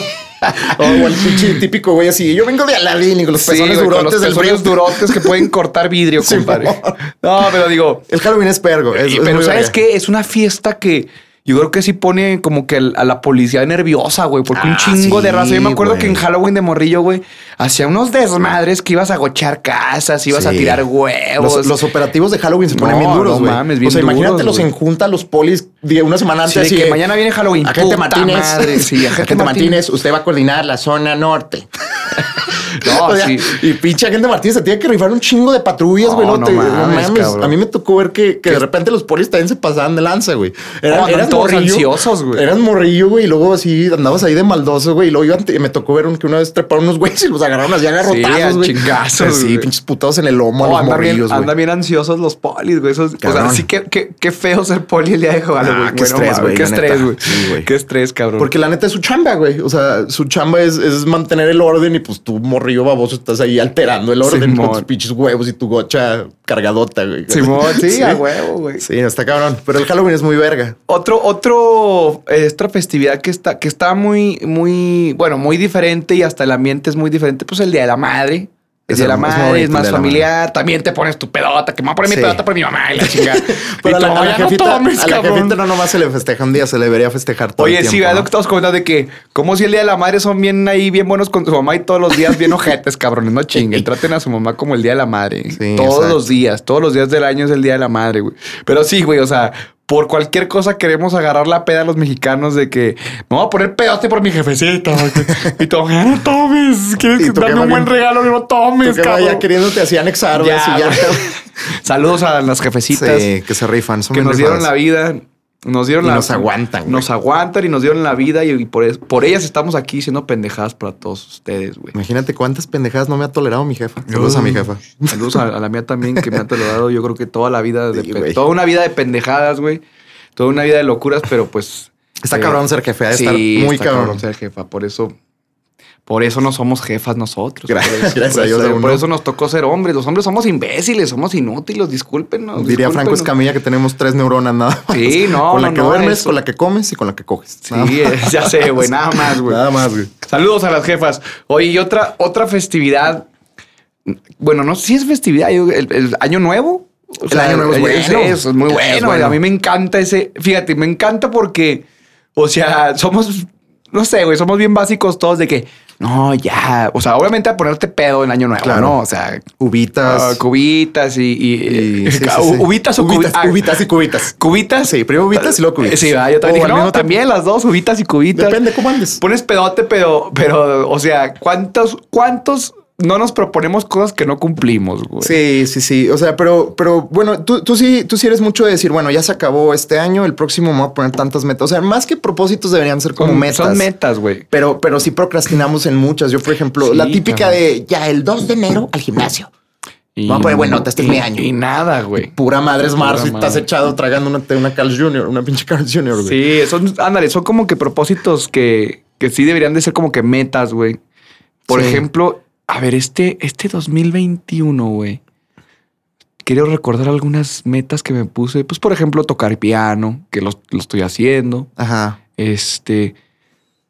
Speaker 2: Oh, el pinche típico, güey, así. Yo vengo de Aladdin y con los
Speaker 1: Sí,
Speaker 2: pezones
Speaker 1: güey, con
Speaker 2: durotes
Speaker 1: los
Speaker 2: del
Speaker 1: pezones
Speaker 2: frío.
Speaker 1: durotes que pueden cortar vidrio,
Speaker 2: Sí,
Speaker 1: compadre.
Speaker 2: mamá.
Speaker 1: No, pero digo,
Speaker 2: El Halloween es pergo. Es,
Speaker 1: y-
Speaker 2: es
Speaker 1: pero
Speaker 2: muy
Speaker 1: ¿sabes
Speaker 2: verga.
Speaker 1: qué? Es una fiesta que yo creo que sí pone como que al- a la policía nerviosa, güey, porque
Speaker 2: Ah,
Speaker 1: un chingo de
Speaker 2: sí,
Speaker 1: raza. Yo me acuerdo
Speaker 2: güey.
Speaker 1: que en Halloween de Morrillo, güey, hacía unos desmadres que ibas a gochar casas, ibas a
Speaker 2: Sí.
Speaker 1: tirar
Speaker 2: Los,
Speaker 1: huevos.
Speaker 2: los operativos de Halloween se ponen
Speaker 1: No,
Speaker 2: bien duros,
Speaker 1: no
Speaker 2: güey.
Speaker 1: mames, bien
Speaker 2: o sea, imagínate
Speaker 1: duros,
Speaker 2: los
Speaker 1: güey.
Speaker 2: enjunta los polis de una semana antes.
Speaker 1: Sí, de
Speaker 2: así
Speaker 1: que
Speaker 2: de,
Speaker 1: mañana viene Halloween,
Speaker 2: Agente
Speaker 1: puta
Speaker 2: Martínez.
Speaker 1: madre, sí, agente
Speaker 2: agente Martínez.
Speaker 1: Martínez,
Speaker 2: usted va a coordinar la zona norte.
Speaker 1: No,
Speaker 2: O sea,
Speaker 1: sí.
Speaker 2: Y pinche agente Martínez se tiene que rifar un chingo de patrullas,
Speaker 1: No,
Speaker 2: güey. luego
Speaker 1: no
Speaker 2: te- No,
Speaker 1: mames,
Speaker 2: mames.
Speaker 1: cabrón.
Speaker 2: A mí me tocó ver que, que de repente los polis también se pasaban de lanza, güey.
Speaker 1: Oh, andan todos ansiosos, güey.
Speaker 2: Eran morrillo, güey. Y luego así andabas ahí de maldoso, güey. Y luego iban- y me tocó ver un- que una vez treparon unos güeyes y los agarraron así
Speaker 1: a
Speaker 2: agarrotazos, güey.
Speaker 1: chingazos,
Speaker 2: Sí,
Speaker 1: güey.
Speaker 2: pinches putados en el lomo a
Speaker 1: Oh,
Speaker 2: los
Speaker 1: anda, bien,
Speaker 2: morrillos, güey.
Speaker 1: anda bien ansiosos los polis, güey. Esos- O sea,
Speaker 2: Cabrón.
Speaker 1: sí, que qué, qué feo ser poli el día de Halloween.
Speaker 2: Ah,
Speaker 1: güey,
Speaker 2: qué
Speaker 1: no
Speaker 2: estrés,
Speaker 1: mames,
Speaker 2: güey,
Speaker 1: Qué
Speaker 2: la neta.
Speaker 1: estrés, güey.
Speaker 2: Sí, güey.
Speaker 1: Qué estrés, cabrón.
Speaker 2: Porque la neta es su chamba, güey. O sea, su chamba es, es mantener el orden y pues tú, morrillo baboso, estás ahí alterando el orden con
Speaker 1: Simón.
Speaker 2: tus pinches huevos y tu gocha cargadota, güey.
Speaker 1: Simón, sí, a huevo, güey.
Speaker 2: Sí, está cabrón. Pero el Halloween es muy verga.
Speaker 1: Otro, otro, eh, otra festividad que está, que está muy, muy, bueno, muy diferente y hasta el ambiente es muy diferente, pues el Día de la Madre. El
Speaker 2: Es
Speaker 1: Día de la
Speaker 2: hermo- es muy
Speaker 1: Madre
Speaker 2: bonito
Speaker 1: es
Speaker 2: el
Speaker 1: más
Speaker 2: Día de la
Speaker 1: familiar. También te pones tu pedota, que me voy a poner
Speaker 2: Sí.
Speaker 1: mi pedota por mi mamá y la chingada. y
Speaker 2: Pero
Speaker 1: tu
Speaker 2: a la, a la
Speaker 1: mamá, no
Speaker 2: jefita,
Speaker 1: tomes,
Speaker 2: a la
Speaker 1: cabrón.
Speaker 2: jefita no nomás se le festeja un día, se le debería festejar todo
Speaker 1: Oye,
Speaker 2: el
Speaker 1: sí,
Speaker 2: tiempo.
Speaker 1: vean
Speaker 2: ¿no?
Speaker 1: lo que estamos comentando de que, como si el Día de la Madre son bien ahí, bien buenos con su mamá y todos los días bien ojetes, cabrones, no chinguen. Traten a su mamá como el Día de la Madre.
Speaker 2: Sí,
Speaker 1: todos
Speaker 2: exacto.
Speaker 1: los días, todos los días del año es el Día de la Madre, güey. Pero sí, güey, o sea, por cualquier cosa queremos agarrar la peda a los mexicanos de que me voy a poner pedote por mi jefecita. güey". y tú, "Ah, no tomes,
Speaker 2: Y
Speaker 1: quieres
Speaker 2: tú que
Speaker 1: darme un
Speaker 2: vaya-
Speaker 1: buen regalo, no
Speaker 2: Tú
Speaker 1: tomes,
Speaker 2: que vaya
Speaker 1: cabrón.
Speaker 2: queriéndote así anexar, güey,
Speaker 1: Ya,
Speaker 2: así ya.
Speaker 1: güey. Saludos a las jefecitas
Speaker 2: Sí, que se rifan. Son
Speaker 1: que
Speaker 2: bien
Speaker 1: nos dieron
Speaker 2: rifadas.
Speaker 1: la vida. Nos dieron
Speaker 2: Y
Speaker 1: la
Speaker 2: nos aguantan, güey.
Speaker 1: Nos aguantan y nos dieron la vida y, y por, es- por ellas estamos aquí siendo pendejadas para todos ustedes, güey.
Speaker 2: Imagínate cuántas pendejadas no me ha tolerado mi jefa. Saludos
Speaker 1: Mm.
Speaker 2: a mi jefa.
Speaker 1: Saludos a, a la mía también, que me ha tolerado, yo creo que toda la vida, de
Speaker 2: Sí,
Speaker 1: pe-
Speaker 2: güey.
Speaker 1: toda una vida de pendejadas, güey. Toda una vida de locuras, pero pues.
Speaker 2: Está
Speaker 1: eh,
Speaker 2: cabrón ser jefe, ha de
Speaker 1: sí,
Speaker 2: estar muy
Speaker 1: está
Speaker 2: cabrón.
Speaker 1: ser jefa. Por eso, por eso no somos jefas nosotros.
Speaker 2: Gracias-
Speaker 1: por eso,
Speaker 2: gracias
Speaker 1: por
Speaker 2: a Dios,
Speaker 1: eso-
Speaker 2: aún
Speaker 1: por
Speaker 2: no.
Speaker 1: eso nos tocó ser hombres. Los hombres somos imbéciles, somos inútiles, discúlpenos.
Speaker 2: Diría Franco
Speaker 1: discúlpenos.
Speaker 2: Escamilla que tenemos tres neuronas nada más.
Speaker 1: Sí, no,
Speaker 2: Con la
Speaker 1: no,
Speaker 2: que
Speaker 1: no,
Speaker 2: duermes,
Speaker 1: eso.
Speaker 2: con la que comes y con la que coges. Nada
Speaker 1: Sí,
Speaker 2: más.
Speaker 1: eh, ya sé, güey, nada más, güey.
Speaker 2: Nada más, güey.
Speaker 1: Saludos a las jefas. Oye, y otra, otra festividad. Bueno, no sé si es festividad, yo- el, el año nuevo. O
Speaker 2: El Año Nuevo es bueno.
Speaker 1: Es, es muy
Speaker 2: Es
Speaker 1: bueno.
Speaker 2: bueno.
Speaker 1: A mí me encanta ese. Fíjate, me encanta porque, o sea, somos, no sé, güey, somos bien básicos todos de que, no, ya. O sea, obviamente a ponerte pedo en año nuevo,
Speaker 2: Claro.
Speaker 1: ¿no? O sea, ah,
Speaker 2: Ubitas.
Speaker 1: cubitas y. y-
Speaker 2: y- sí, sí,
Speaker 1: ah,
Speaker 2: sí.
Speaker 1: Ubitas o cubi-
Speaker 2: cubitas.
Speaker 1: ah,
Speaker 2: Ubitas y cubitas.
Speaker 1: Cubitas.
Speaker 2: Sí, primero ubitas y luego cubitas.
Speaker 1: Sí, va, yo
Speaker 2: O
Speaker 1: también
Speaker 2: al
Speaker 1: dije,
Speaker 2: mismo
Speaker 1: no,
Speaker 2: tiempo.
Speaker 1: también las dos, ubitas y cubitas.
Speaker 2: Depende cómo andes.
Speaker 1: Pones pedote, pero, pero, o sea, ¿cuántos, cuántos no nos proponemos cosas que no cumplimos, güey.
Speaker 2: Sí, sí, sí. O sea, pero, pero bueno, tú, tú sí, tú sí eres mucho de decir, bueno, ya se acabó este año, el próximo me voy a poner tantas metas. O sea, más que propósitos deberían ser como
Speaker 1: Son-
Speaker 2: metas.
Speaker 1: Son metas, güey.
Speaker 2: Pero, pero sí procrastinamos en muchas. Yo, por ejemplo,
Speaker 1: Sí,
Speaker 2: la típica
Speaker 1: cabrón.
Speaker 2: de ya el 2 de enero al gimnasio.
Speaker 1: Y-
Speaker 2: Vamos a poner, bueno, este es
Speaker 1: y-
Speaker 2: mi año.
Speaker 1: Y nada, güey.
Speaker 2: Pura madre es
Speaker 1: Pura
Speaker 2: marzo y estás
Speaker 1: madre.
Speaker 2: echado tragando una, una Carl Jr., una pinche Carl Jr., güey.
Speaker 1: Sí, son, ándale, son como que propósitos que, que sí deberían de ser como que metas, güey. Por
Speaker 2: Sí.
Speaker 1: ejemplo, a ver, este, este 2021, güey. Quiero recordar algunas metas que me puse. Pues, por ejemplo, tocar piano, que lo, lo estoy haciendo.
Speaker 2: Ajá.
Speaker 1: Este.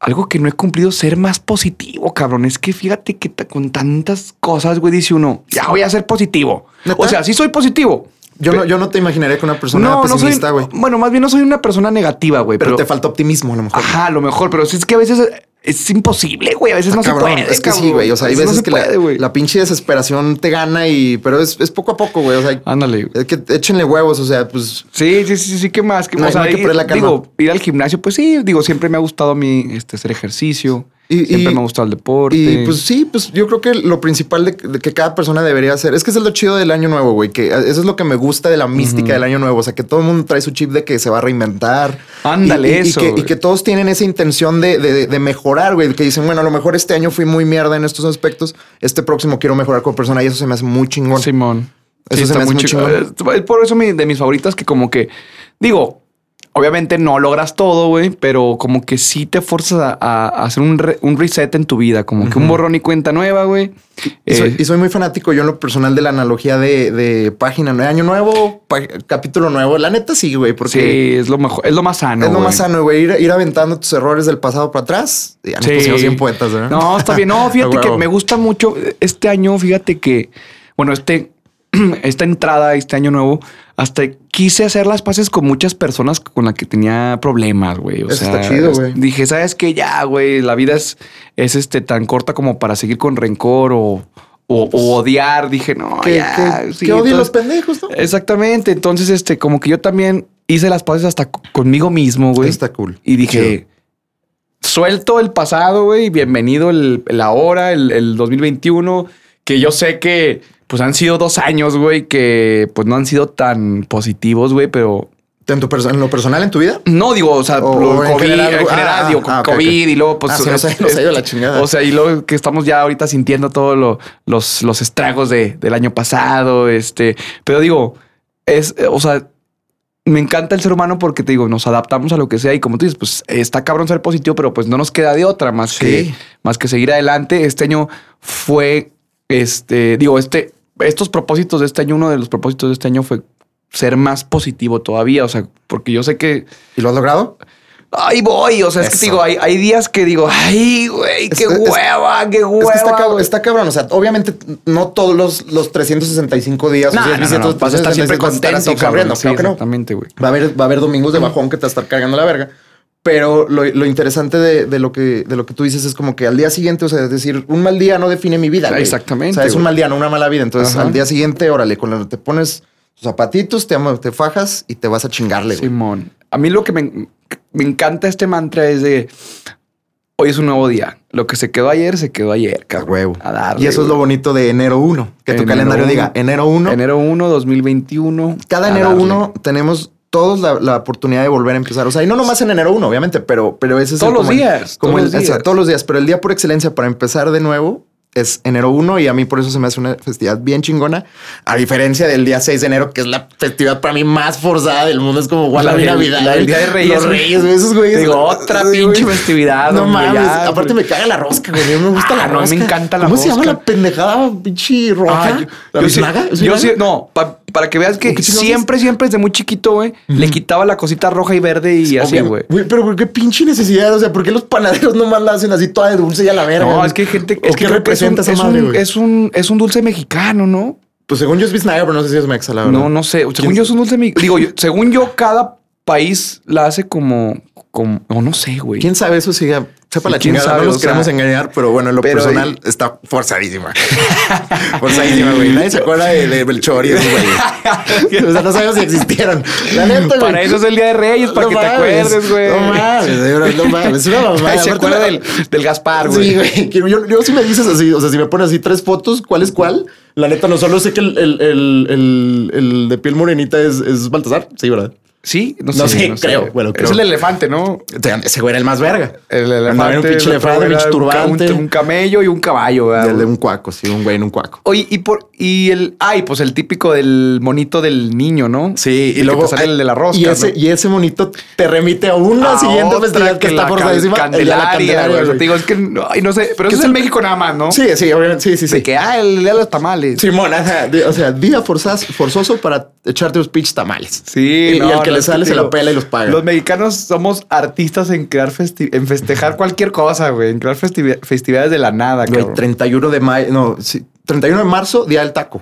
Speaker 1: Algo que no he cumplido, ser más positivo, cabrón. Es que fíjate que ta- con tantas cosas, güey, dice uno, ya voy a ser positivo.
Speaker 2: ¿Neta?
Speaker 1: O sea, sí soy positivo.
Speaker 2: Yo no, yo no te imaginaría que una persona pesimista, güey.
Speaker 1: soy. Bueno, más bien no soy una persona negativa, güey.
Speaker 2: pero, te falta optimismo, a lo mejor.
Speaker 1: Ajá, a lo mejor, pero sí es que a veces es imposible, güey. A veces no
Speaker 2: Cabrón,
Speaker 1: se puede.
Speaker 2: es que sí,
Speaker 1: cabrón.
Speaker 2: güey. O sea, hay
Speaker 1: A veces no
Speaker 2: veces
Speaker 1: se
Speaker 2: que
Speaker 1: puede,
Speaker 2: la,
Speaker 1: güey.
Speaker 2: la pinche desesperación te gana y... Pero es, es poco a poco, güey. O sea,
Speaker 1: Ándale.
Speaker 2: es que échenle huevos. O sea, pues...
Speaker 1: Sí, sí, sí, sí, ¿qué más? ¿Qué
Speaker 2: No,
Speaker 1: más?
Speaker 2: no hay que
Speaker 1: Ahí,
Speaker 2: perder la calma.
Speaker 1: Digo, ir al gimnasio, pues sí, digo, siempre me ha gustado a mí este, hacer ejercicio.
Speaker 2: Y-
Speaker 1: siempre
Speaker 2: y-
Speaker 1: me ha gustado el deporte.
Speaker 2: Y pues sí, pues yo creo que lo principal de, de que cada persona debería hacer es que es lo chido del año nuevo, güey, que eso es lo que me gusta de la mística del año nuevo, o sea, que todo el mundo trae su chip de que se va a reinventar.
Speaker 1: Ándale,
Speaker 2: Y- y- y
Speaker 1: eso,
Speaker 2: que- Y que,
Speaker 1: güey.
Speaker 2: todos tienen esa intención de, de- de mejorar, güey, que dicen, bueno, a lo mejor este año fui muy mierda en estos aspectos, este próximo quiero mejorar como persona y eso se me hace muy chingón.
Speaker 1: Simón.
Speaker 2: Eso se me hace muy chingón.
Speaker 1: chido. Es Eh, por eso mi- de mis favoritas que como que, digo, obviamente no logras todo, güey, pero como que sí te forzas a, a hacer un, re- un reset en tu vida, como que un borrón y cuenta nueva, güey.
Speaker 2: Y soy,
Speaker 1: Eh,
Speaker 2: y soy muy fanático yo en lo personal de la analogía de, de página nue- año nuevo, pa- capítulo nuevo. La neta sí, güey, porque
Speaker 1: sí, es lo mejor, es lo más sano.
Speaker 2: es lo
Speaker 1: güey.
Speaker 2: más sano, güey, ir, ir aventando tus errores del pasado para atrás. Ya nos
Speaker 1: Sí.
Speaker 2: pusimos bien poetas, ¿verdad?
Speaker 1: No, está bien. No, fíjate
Speaker 2: A
Speaker 1: que
Speaker 2: huevo.
Speaker 1: me gusta mucho. Este año, fíjate que, bueno, este, esta entrada, este año nuevo, hasta quise hacer las paces con muchas personas con las que tenía problemas, güey. O
Speaker 2: Eso
Speaker 1: sea,
Speaker 2: está chido, güey.
Speaker 1: Dije, ¿sabes qué? Ya, güey, la vida es, es este, tan corta como para seguir con rencor o, o-
Speaker 2: Pues,
Speaker 1: o odiar. Dije, no,
Speaker 2: Que,
Speaker 1: ya.
Speaker 2: que-
Speaker 1: sí,
Speaker 2: que odien los
Speaker 1: entonces-
Speaker 2: pendejos, ¿no?
Speaker 1: Exactamente. Entonces, este, como que yo también hice las paces hasta co- conmigo mismo, güey.
Speaker 2: Está cool.
Speaker 1: Y dije, suelto el pasado, güey, y bienvenido el, el ahora, el, el 2021, que yo sé que pues han sido dos años, güey, que pues no han sido tan positivos, güey, pero
Speaker 2: ¿En, tu perso- en lo personal, en tu vida?
Speaker 1: no digo, o sea,
Speaker 2: O
Speaker 1: lo
Speaker 2: en
Speaker 1: COVID,
Speaker 2: general,
Speaker 1: en
Speaker 2: ah,
Speaker 1: general,
Speaker 2: ah,
Speaker 1: digo,
Speaker 2: ah, ok,
Speaker 1: COVID
Speaker 2: ok.
Speaker 1: y luego pues
Speaker 2: Ah, sí, nos ha-
Speaker 1: este,
Speaker 2: nos ha ido la chingada.
Speaker 1: O sea, y luego que estamos ya ahorita sintiendo todos los, los estragos de- del año pasado, este, pero digo, es, eh, o sea, me encanta el ser humano porque te digo, nos adaptamos a lo que sea y como tú dices, pues está cabrón ser positivo, pero pues no nos queda de otra más
Speaker 2: Sí.
Speaker 1: que más que seguir adelante. Este año fue este, digo, este estos propósitos de este año, uno de los propósitos de este año fue ser más positivo todavía, o sea, porque yo sé que
Speaker 2: ¿Y lo has logrado?
Speaker 1: Ahí voy, o sea, es que
Speaker 2: Eso.
Speaker 1: te digo, hay, hay días que digo, ay, güey, qué
Speaker 2: Es- es-
Speaker 1: hueva, qué hueva.
Speaker 2: es que está, cab-
Speaker 1: güey".
Speaker 2: está cabrón. O sea, obviamente no todos los, los 365 días.
Speaker 1: No,
Speaker 2: o sea,
Speaker 1: no, no, no, vas a estar siempre
Speaker 2: 365 vas a estar así
Speaker 1: contento, cabrón.
Speaker 2: sonriendo.
Speaker 1: Sí,
Speaker 2: Claro que no.
Speaker 1: exactamente, güey.
Speaker 2: Va a haber, va a haber domingos de bajón que te va a estar cargando la verga. Pero lo, lo interesante de, de lo que, de lo que tú dices es como que al día siguiente, o sea, es decir, un mal día no define mi vida. güey.
Speaker 1: Ah, Exactamente,
Speaker 2: O sea, es un
Speaker 1: güey.
Speaker 2: mal día, no una mala vida. Entonces,
Speaker 1: Ajá.
Speaker 2: al día siguiente, órale, con la- te pones tus zapatitos, te, ama- te fajas y te vas a chingarle, güey.
Speaker 1: Simón, a mí lo que me, me encanta este mantra es de hoy es un nuevo día. Lo que se quedó ayer, se quedó ayer,
Speaker 2: A
Speaker 1: cabrón.
Speaker 2: huevo.
Speaker 1: A darle,
Speaker 2: y eso es lo
Speaker 1: güey.
Speaker 2: bonito de enero 1. Que tu
Speaker 1: Enero
Speaker 2: calendario
Speaker 1: uno.
Speaker 2: diga enero 1.
Speaker 1: Enero 1, 2021.
Speaker 2: cada
Speaker 1: a
Speaker 2: enero
Speaker 1: darle.
Speaker 2: 1 tenemos todos la, la oportunidad de volver a empezar. O sea, y no nomás en enero 1, obviamente, pero, pero ese es
Speaker 1: Todos
Speaker 2: el,
Speaker 1: los
Speaker 2: como el-
Speaker 1: días,
Speaker 2: como
Speaker 1: todos
Speaker 2: el-
Speaker 1: los
Speaker 2: o sea,
Speaker 1: días.
Speaker 2: todos los días, pero el día por excelencia para empezar de nuevo es enero 1 y a mí por eso se me hace una festividad bien chingona, a diferencia del día 6 de enero, que es la festividad para mí más forzada del mundo. Es como, guau, la
Speaker 1: La del-
Speaker 2: Navidad.
Speaker 1: la del Día de Reyes,
Speaker 2: Los
Speaker 1: güey.
Speaker 2: Reyes, güey, esos güeyes.
Speaker 1: Digo, otra
Speaker 2: Ay,
Speaker 1: pinche
Speaker 2: güey.
Speaker 1: festividad,
Speaker 2: No
Speaker 1: hombre,
Speaker 2: mames.
Speaker 1: ya,
Speaker 2: Aparte
Speaker 1: güey.
Speaker 2: me caga la rosca, güey. No me gusta la
Speaker 1: Ah, no, me
Speaker 2: rosca.
Speaker 1: encanta la
Speaker 2: ¿Cómo se llama
Speaker 1: rosca.
Speaker 2: la pendejada pinche roja?
Speaker 1: Ah,
Speaker 2: ¿La
Speaker 1: yo, yo sí-
Speaker 2: biznaga? ¿Es
Speaker 1: yo
Speaker 2: biznaga?
Speaker 1: sí- no, pa- para que veas que
Speaker 2: ¿Qué chingados
Speaker 1: siempre, siempre desde muy chiquito, güey, le quitaba la cosita roja y verde y así,
Speaker 2: Obvio,
Speaker 1: güey.
Speaker 2: Pero ¿por qué pinche necesidad? O sea, ¿por qué los panaderos nomás la hacen así toda de dulce y a la verga?
Speaker 1: No,
Speaker 2: güey?
Speaker 1: es que hay gente
Speaker 2: ¿O
Speaker 1: es que
Speaker 2: qué
Speaker 1: creo que es un-
Speaker 2: representa esa
Speaker 1: es
Speaker 2: madre,
Speaker 1: un-
Speaker 2: güey?
Speaker 1: es un es un dulce mexicano, ¿no?
Speaker 2: Pues según yo es biznaga, pero no sé si es mexa, la verdad.
Speaker 1: No, no sé. Según
Speaker 2: ¿Quién-
Speaker 1: yo es un dulce mi- Digo, yo- según yo, cada país la hace como. como o no sé, güey.
Speaker 2: ¿Quién sabe eso? Sigue Sepa
Speaker 1: Y
Speaker 2: la
Speaker 1: quién
Speaker 2: chingada,
Speaker 1: sabe,
Speaker 2: no
Speaker 1: o
Speaker 2: los
Speaker 1: sea,
Speaker 2: queremos engañar, pero bueno, en lo
Speaker 1: pero-
Speaker 2: personal está forzadísima. forzadísima, güey. Nadie se acuerda de, de Belchor y esos güey. o sea, no sabemos si existieron. La neta, güey.
Speaker 1: Para eso es el Día de Reyes, para
Speaker 2: No
Speaker 1: que te
Speaker 2: mames,
Speaker 1: acuerdes, güey.
Speaker 2: No mames, de verdad, no mames. Es una mamada.
Speaker 1: Ay, se
Speaker 2: Aparte,
Speaker 1: acuerda
Speaker 2: la-
Speaker 1: del, del Gaspar, güey.
Speaker 2: Sí, güey. que Yo, yo si me dices así, o sea, si me pones así tres fotos, ¿cuál es cuál? La neta, no solo sé que el, el, el, el- el de piel morenita es, es Baltasar. Sí, ¿verdad?
Speaker 1: Sí, no sé.
Speaker 2: No sé, creo, bueno, creo.
Speaker 1: Es el elefante, ¿no?
Speaker 2: O sea, Ese güey era el más verga.
Speaker 1: El
Speaker 2: Andaba
Speaker 1: elefante.
Speaker 2: en un pinche
Speaker 1: el
Speaker 2: elefante,
Speaker 1: otro era
Speaker 2: pinche
Speaker 1: un ca- un-
Speaker 2: turbante.
Speaker 1: Un, camello y un caballo, ¿verdad?
Speaker 2: El de un cuaco, sí, un güey en un cuaco.
Speaker 1: Oye, y por. Y el. Ay, pues el típico del monito del niño, ¿no?
Speaker 2: Sí,
Speaker 1: El
Speaker 2: y
Speaker 1: que
Speaker 2: luego
Speaker 1: te sale el de la rosca.
Speaker 2: Y ese,
Speaker 1: ¿no?
Speaker 2: y ese monito te remite a una
Speaker 1: A
Speaker 2: siguiente
Speaker 1: otra
Speaker 2: festividad que,
Speaker 1: la
Speaker 2: está por
Speaker 1: can-
Speaker 2: encima. el de la
Speaker 1: Candelaria, güey. O sea,
Speaker 2: güey.
Speaker 1: Te digo, es que. no- Ay, no sé. Pero
Speaker 2: Que
Speaker 1: eso es
Speaker 2: es
Speaker 1: en
Speaker 2: el-
Speaker 1: México nada más, ¿no?
Speaker 2: Sí, sí, obviamente. Sí, sí,
Speaker 1: De
Speaker 2: sí.
Speaker 1: que, ah, el día de los tamales.
Speaker 2: Simón, ajá, di- o sea, día forzaz- forzoso para echarte unos pinches tamales.
Speaker 1: Sí,
Speaker 2: Y- y al que le
Speaker 1: es
Speaker 2: sale se
Speaker 1: digo,
Speaker 2: la pela y los paga.
Speaker 1: Los mexicanos somos artistas en crear festi- en festejar cualquier cosa, güey, en crear festivi- festividades de la nada,
Speaker 2: Güey,
Speaker 1: cabrón.
Speaker 2: 31 de mayo, no, sí, 31 de marzo, día del taco.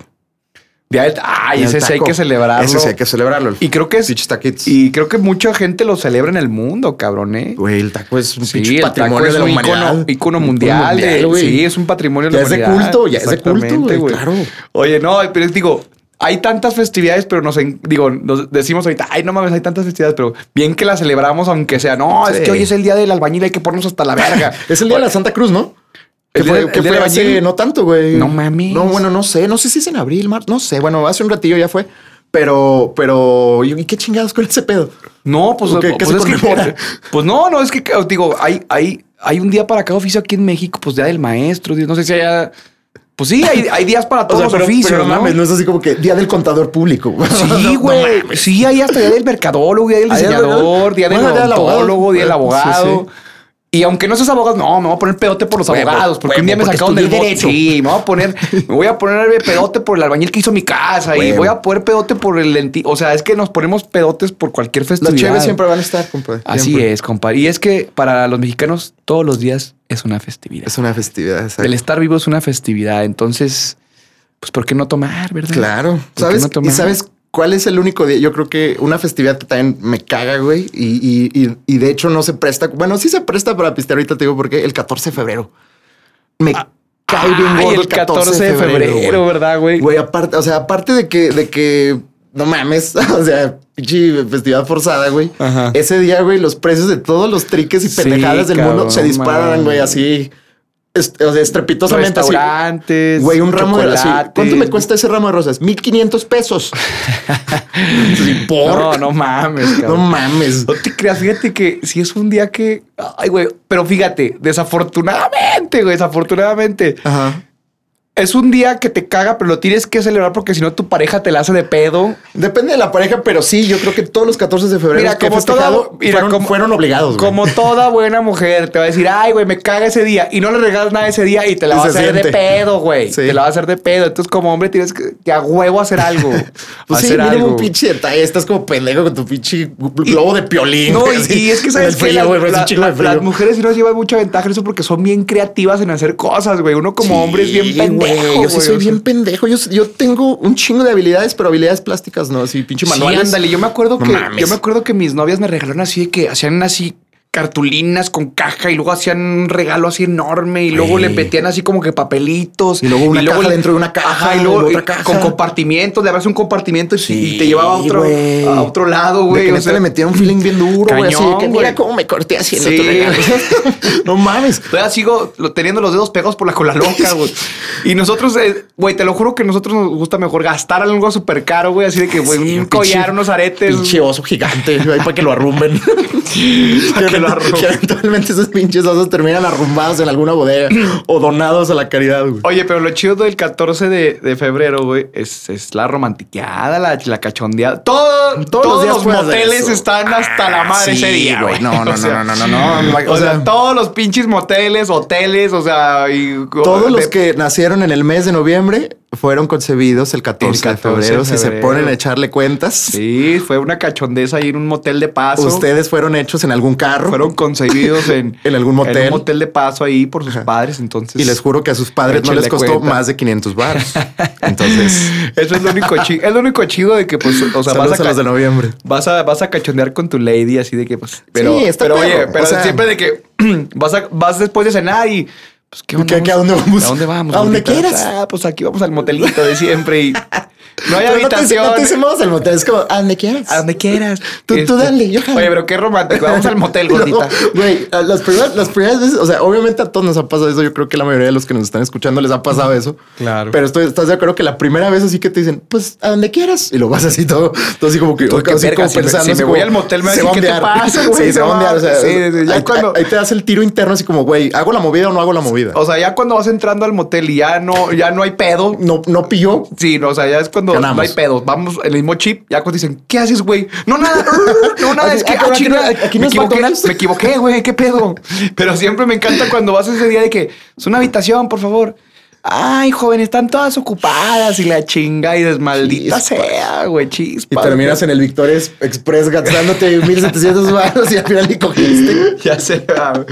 Speaker 1: Día del- ay,
Speaker 2: Día
Speaker 1: ese
Speaker 2: del
Speaker 1: sí hay
Speaker 2: taco.
Speaker 1: que celebrarlo.
Speaker 2: Ese sí hay que celebrarlo. el
Speaker 1: Y creo que es-
Speaker 2: pinches taquitos.
Speaker 1: y creo que mucha gente lo celebra en el mundo, cabrón, ¿eh?
Speaker 2: Güey, el taco es un
Speaker 1: Sí,
Speaker 2: pinche
Speaker 1: el taco
Speaker 2: patrimonio
Speaker 1: es
Speaker 2: de la
Speaker 1: un
Speaker 2: humanidad.
Speaker 1: icono- icono
Speaker 2: Un
Speaker 1: mundial. de-
Speaker 2: mundial, güey.
Speaker 1: sí, es un patrimonio de
Speaker 2: Ya
Speaker 1: la
Speaker 2: es de
Speaker 1: humanidad.
Speaker 2: culto, ya es de culto,
Speaker 1: Exactamente,
Speaker 2: güey, claro.
Speaker 1: Oye, no, pero digo, hay tantas festividades, pero nos, en- digo, nos decimos ahorita, ay, no mames, hay tantas festividades, pero bien que las celebramos, aunque sea, no, es
Speaker 2: Sí.
Speaker 1: que hoy es el día del albañil, hay que ponernos hasta la verga.
Speaker 2: Es el día de la Santa Cruz, ¿no?
Speaker 1: El
Speaker 2: Que
Speaker 1: día
Speaker 2: fue,
Speaker 1: del-
Speaker 2: que
Speaker 1: el día
Speaker 2: fue
Speaker 1: del
Speaker 2: hace
Speaker 1: bañil.
Speaker 2: no tanto, güey.
Speaker 1: No mames.
Speaker 2: No, bueno, no sé. No sé si es en abril, marzo. No sé. Bueno, hace un ratillo ya fue. Pero, pero, ¿y qué chingados con ese pedo?
Speaker 1: No, pues,
Speaker 2: ¿O qué- qué
Speaker 1: pues
Speaker 2: se
Speaker 1: es que-
Speaker 2: conmemora?
Speaker 1: pues no, no, es que digo, hay, hay, hay un día para cada oficio aquí en México, pues día del maestro, Dios, no sé si haya. Pues sí, hay, hay días para todos los
Speaker 2: pero,
Speaker 1: oficios.
Speaker 2: pero no
Speaker 1: ¿no?
Speaker 2: mames, no es así como que día del contador público.
Speaker 1: Sí, güey. sí, hay hasta día del mercadólogo, día del
Speaker 2: Ahí era-
Speaker 1: diseñador, día del
Speaker 2: Bueno, día del abogado.
Speaker 1: odontólogo, día del
Speaker 2: Sí, sí.
Speaker 1: abogado. Y aunque no seas abogado, no, me voy a poner pedote por los
Speaker 2: Huevo,
Speaker 1: abogados, porque
Speaker 2: huevo,
Speaker 1: un día me
Speaker 2: porque
Speaker 1: sacaron del
Speaker 2: estudié
Speaker 1: bote.
Speaker 2: derecho.
Speaker 1: Sí, me voy a poner, me voy a poner de pedote por el albañil que hizo mi casa y
Speaker 2: Huevo.
Speaker 1: voy a poner pedote por el lenti. O sea, es que nos ponemos pedotes por cualquier
Speaker 2: Las
Speaker 1: festividad.
Speaker 2: chéves siempre van a estar, compadre.
Speaker 1: Así es, compadre. Y es que para los mexicanos todos los días es una festividad.
Speaker 2: Es una festividad. exacto.
Speaker 1: El estar vivo es una festividad. Entonces, pues, ¿por qué no tomar, verdad?
Speaker 2: Claro.
Speaker 1: qué
Speaker 2: ¿Sabes?
Speaker 1: no tomar?
Speaker 2: ¿Y sabes cuál es el único día? Yo creo que una festividad que también me caga, güey. Y, y- y- y de hecho no se presta. Bueno, sí se presta para pistear ahorita, te digo, porque el 14 de febrero. Me cae bien
Speaker 1: Ah, Ay,
Speaker 2: gordo
Speaker 1: el 14 de febrero,
Speaker 2: güey.
Speaker 1: ¿verdad, güey?
Speaker 2: Güey, aparte, o sea, aparte de que, de que no mames, o sea, pinche festividad forzada, güey.
Speaker 1: Ajá.
Speaker 2: Ese día, güey, los precios de todos los triques y
Speaker 1: Sí,
Speaker 2: pendejadas del mundo
Speaker 1: cabrón,
Speaker 2: se disparan,
Speaker 1: man.
Speaker 2: güey, así. est- o sea, estrepitosamente así.
Speaker 1: Restaurantes,
Speaker 2: Güey, un ramo de rosas.
Speaker 1: chocolates.
Speaker 2: ¿Cuánto me cuesta ese ramo de rosas? 1500 pesos. Sí, por.
Speaker 1: No, no mames,
Speaker 2: No
Speaker 1: cabrón.
Speaker 2: mames.
Speaker 1: No te creas, fíjate que si es un día que. Ay, güey. Pero fíjate, desafortunadamente, güey, desafortunadamente.
Speaker 2: Ajá.
Speaker 1: Es un día que te caga, pero lo tienes que celebrar porque si no, tu pareja te la hace de pedo.
Speaker 2: Depende de la pareja, pero sí, yo creo que todos los 14 de febrero
Speaker 1: Mira,
Speaker 2: que he
Speaker 1: como toda-
Speaker 2: festejado
Speaker 1: mira,
Speaker 2: fueron,
Speaker 1: como-
Speaker 2: fueron obligados. güey.
Speaker 1: Como toda buena mujer, te va a decir, ay, güey, me caga ese día. Y no le regalas nada ese día y te la
Speaker 2: Y
Speaker 1: va a
Speaker 2: se
Speaker 1: hacer de
Speaker 2: siente.
Speaker 1: pedo, güey.
Speaker 2: Sí.
Speaker 1: Te la va a hacer de pedo. Entonces, como hombre, tienes que, que a huevo hacer algo.
Speaker 2: Pues sí,
Speaker 1: Hacer
Speaker 2: mínimo
Speaker 1: algo.
Speaker 2: un pinche detalle. Estás como pendejo con tu pinche globo de piolín.
Speaker 1: No,
Speaker 2: güey,
Speaker 1: y,
Speaker 2: así,
Speaker 1: y es que
Speaker 2: en
Speaker 1: sabes
Speaker 2: el
Speaker 1: que
Speaker 2: frío,
Speaker 1: las,
Speaker 2: güey, pero es un
Speaker 1: la-
Speaker 2: chingo de
Speaker 1: la-
Speaker 2: frío.
Speaker 1: las mujeres sí nos llevan mucha ventaja en eso porque son bien creativas en hacer cosas, güey. Uno como hombre es bien
Speaker 2: Sí,
Speaker 1: pendejo.
Speaker 2: güey, Yo sí
Speaker 1: güey,
Speaker 2: soy
Speaker 1: o sea.
Speaker 2: bien pendejo. Yo, yo tengo un chingo de habilidades, pero habilidades plásticas no. Así pinche
Speaker 1: Sí,
Speaker 2: manuales.
Speaker 1: ándale. Yo me acuerdo
Speaker 2: No
Speaker 1: que
Speaker 2: mames.
Speaker 1: yo me acuerdo que mis novias me regalaron así de que hacían así cartulinas con caja y luego hacían un regalo así enorme y luego
Speaker 2: Güey.
Speaker 1: le metían así como que papelitos
Speaker 2: Y luego una caja
Speaker 1: le-
Speaker 2: dentro de una caja,
Speaker 1: Ajá, y
Speaker 2: y
Speaker 1: luego
Speaker 2: otra
Speaker 1: y-
Speaker 2: caja.
Speaker 1: con compartimientos le abrías un compartimento y,
Speaker 2: Sí,
Speaker 1: y te llevaba a otro
Speaker 2: güey.
Speaker 1: a otro lado
Speaker 2: De
Speaker 1: güey
Speaker 2: que
Speaker 1: o
Speaker 2: neta
Speaker 1: sea,
Speaker 2: le metieron un feeling bien duro, güey. Así de
Speaker 1: Cañón,
Speaker 2: que
Speaker 1: güey.
Speaker 2: mira cómo me corté haciendo
Speaker 1: Sí.
Speaker 2: tu regalo. no mames.
Speaker 1: Todavía sigo lo- teniendo los dedos pegados por la cola loca, güey. Y nosotros, eh, güey, te lo juro que a nosotros nos gusta mejor gastar algo súper caro, güey. Así de que, güey,
Speaker 2: Sí,
Speaker 1: un
Speaker 2: pinche-
Speaker 1: collar, unos aretes.
Speaker 2: Pinche oso gigante, güey, para que lo arrumben.
Speaker 1: Para que lo arrumben.
Speaker 2: Que eventualmente esos pinches osos terminan arrumbados en alguna bodega o donados a la caridad, güey.
Speaker 1: Oye, pero lo chido del 14 de, de febrero, güey, es, es la romantiqueada, la, la cachondeada. Todo, todos, los,
Speaker 2: días puedes hacer
Speaker 1: moteles
Speaker 2: eso. Ah,
Speaker 1: están hasta la madre
Speaker 2: sí,
Speaker 1: ese día,
Speaker 2: güey.
Speaker 1: güey.
Speaker 2: No, no,
Speaker 1: O sea,
Speaker 2: no, no, no, no, no.
Speaker 1: O sea, todos los pinches moteles, hoteles, o sea, y,
Speaker 2: Todos
Speaker 1: de-
Speaker 2: los que nacieron en el mes de noviembre fueron concebidos el 14,
Speaker 1: El 14
Speaker 2: de
Speaker 1: de
Speaker 2: febrero. Si se
Speaker 1: febrero.
Speaker 2: ponen a echarle cuentas,
Speaker 1: Sí, fue una cachondeza ahí en un motel de paso.
Speaker 2: ustedes fueron hechos en algún carro,
Speaker 1: fueron conseguidos en,
Speaker 2: en algún motel.
Speaker 1: en un motel de paso ahí por sus
Speaker 2: Ajá.
Speaker 1: padres. Entonces,
Speaker 2: Y les juro que a sus padres no
Speaker 1: Échenle
Speaker 2: les costó
Speaker 1: cuenta.
Speaker 2: más de 500 baros. Entonces,
Speaker 1: eso es lo único chido. Es lo único chido de que, pues, o sea, vas
Speaker 2: saludos
Speaker 1: a,
Speaker 2: a,
Speaker 1: ca-
Speaker 2: los de noviembre.
Speaker 1: vas a, vas a cachondear con tu lady, así de que, pues. Pero,
Speaker 2: Sí, está
Speaker 1: pero
Speaker 2: perro.
Speaker 1: oye, pero
Speaker 2: O sea-
Speaker 1: siempre de que vas, a- vas después de cenar y. Pues, ¿qué onda?
Speaker 2: ¿Qué- qué- a dónde vamos?
Speaker 1: ¿A dónde vamos?
Speaker 2: A donde
Speaker 1: gordita?
Speaker 2: quieras.
Speaker 1: Ah, pues aquí vamos al motelito de siempre y. No hay
Speaker 2: Pero no te-
Speaker 1: habitación.
Speaker 2: No te, decimos el motel, es como a donde quieras.
Speaker 1: A donde quieras. Este,
Speaker 2: Tú- tú dale, yo jalo.
Speaker 1: Oye, pero qué romántico. Vamos al motel,
Speaker 2: No,
Speaker 1: gordita.
Speaker 2: Güey, a las primeras, las primeras veces, o sea, obviamente a todos nos ha pasado eso. Yo creo que la mayoría de los que nos están escuchando les ha pasado eso.
Speaker 1: Claro.
Speaker 2: Pero estoy, estás de acuerdo que la primera vez así que te dicen, pues a donde quieras. Y lo vas así todo, todo así como que,
Speaker 1: Tú, qué
Speaker 2: así
Speaker 1: verga, si me- si me
Speaker 2: así
Speaker 1: voy al motel, me va a
Speaker 2: se va
Speaker 1: decir, ¿qué te
Speaker 2: ondear.
Speaker 1: pasa, güey?
Speaker 2: Sí, se va a ondear, o sea,
Speaker 1: Sí, sí, ya
Speaker 2: ahí,
Speaker 1: cuando-
Speaker 2: ahí te das el tiro interno así como, güey, ¿hago la movida o no hago la movida?
Speaker 1: O sea, ya cuando vas entrando al motel y ya no, ya no hay pedo.
Speaker 2: no, no pilló.
Speaker 1: Sí, no, o sea, ya es cuando
Speaker 2: Ganamos.
Speaker 1: no hay pedos. Vamos, el mismo chip, ya cuando dicen, ¿qué haces, güey? No, nada, no, nada, es que
Speaker 2: Ah,
Speaker 1: ah,
Speaker 2: cabrón, aquí
Speaker 1: chinga,
Speaker 2: no- aquí no
Speaker 1: me,
Speaker 2: es
Speaker 1: equivoqué,
Speaker 2: McDonald's.
Speaker 1: me equivoqué, güey, qué pedo. Pero siempre me encanta cuando vas ese día de que es una habitación, por favor. Ay, joven, están todas ocupadas y la chinga y desmaldita
Speaker 2: Chispas.
Speaker 1: sea, güey, chispa.
Speaker 2: Y terminas en el Victoria Express gastándote 1700 baros y al final ni cogiste.
Speaker 1: Ya se va. güey.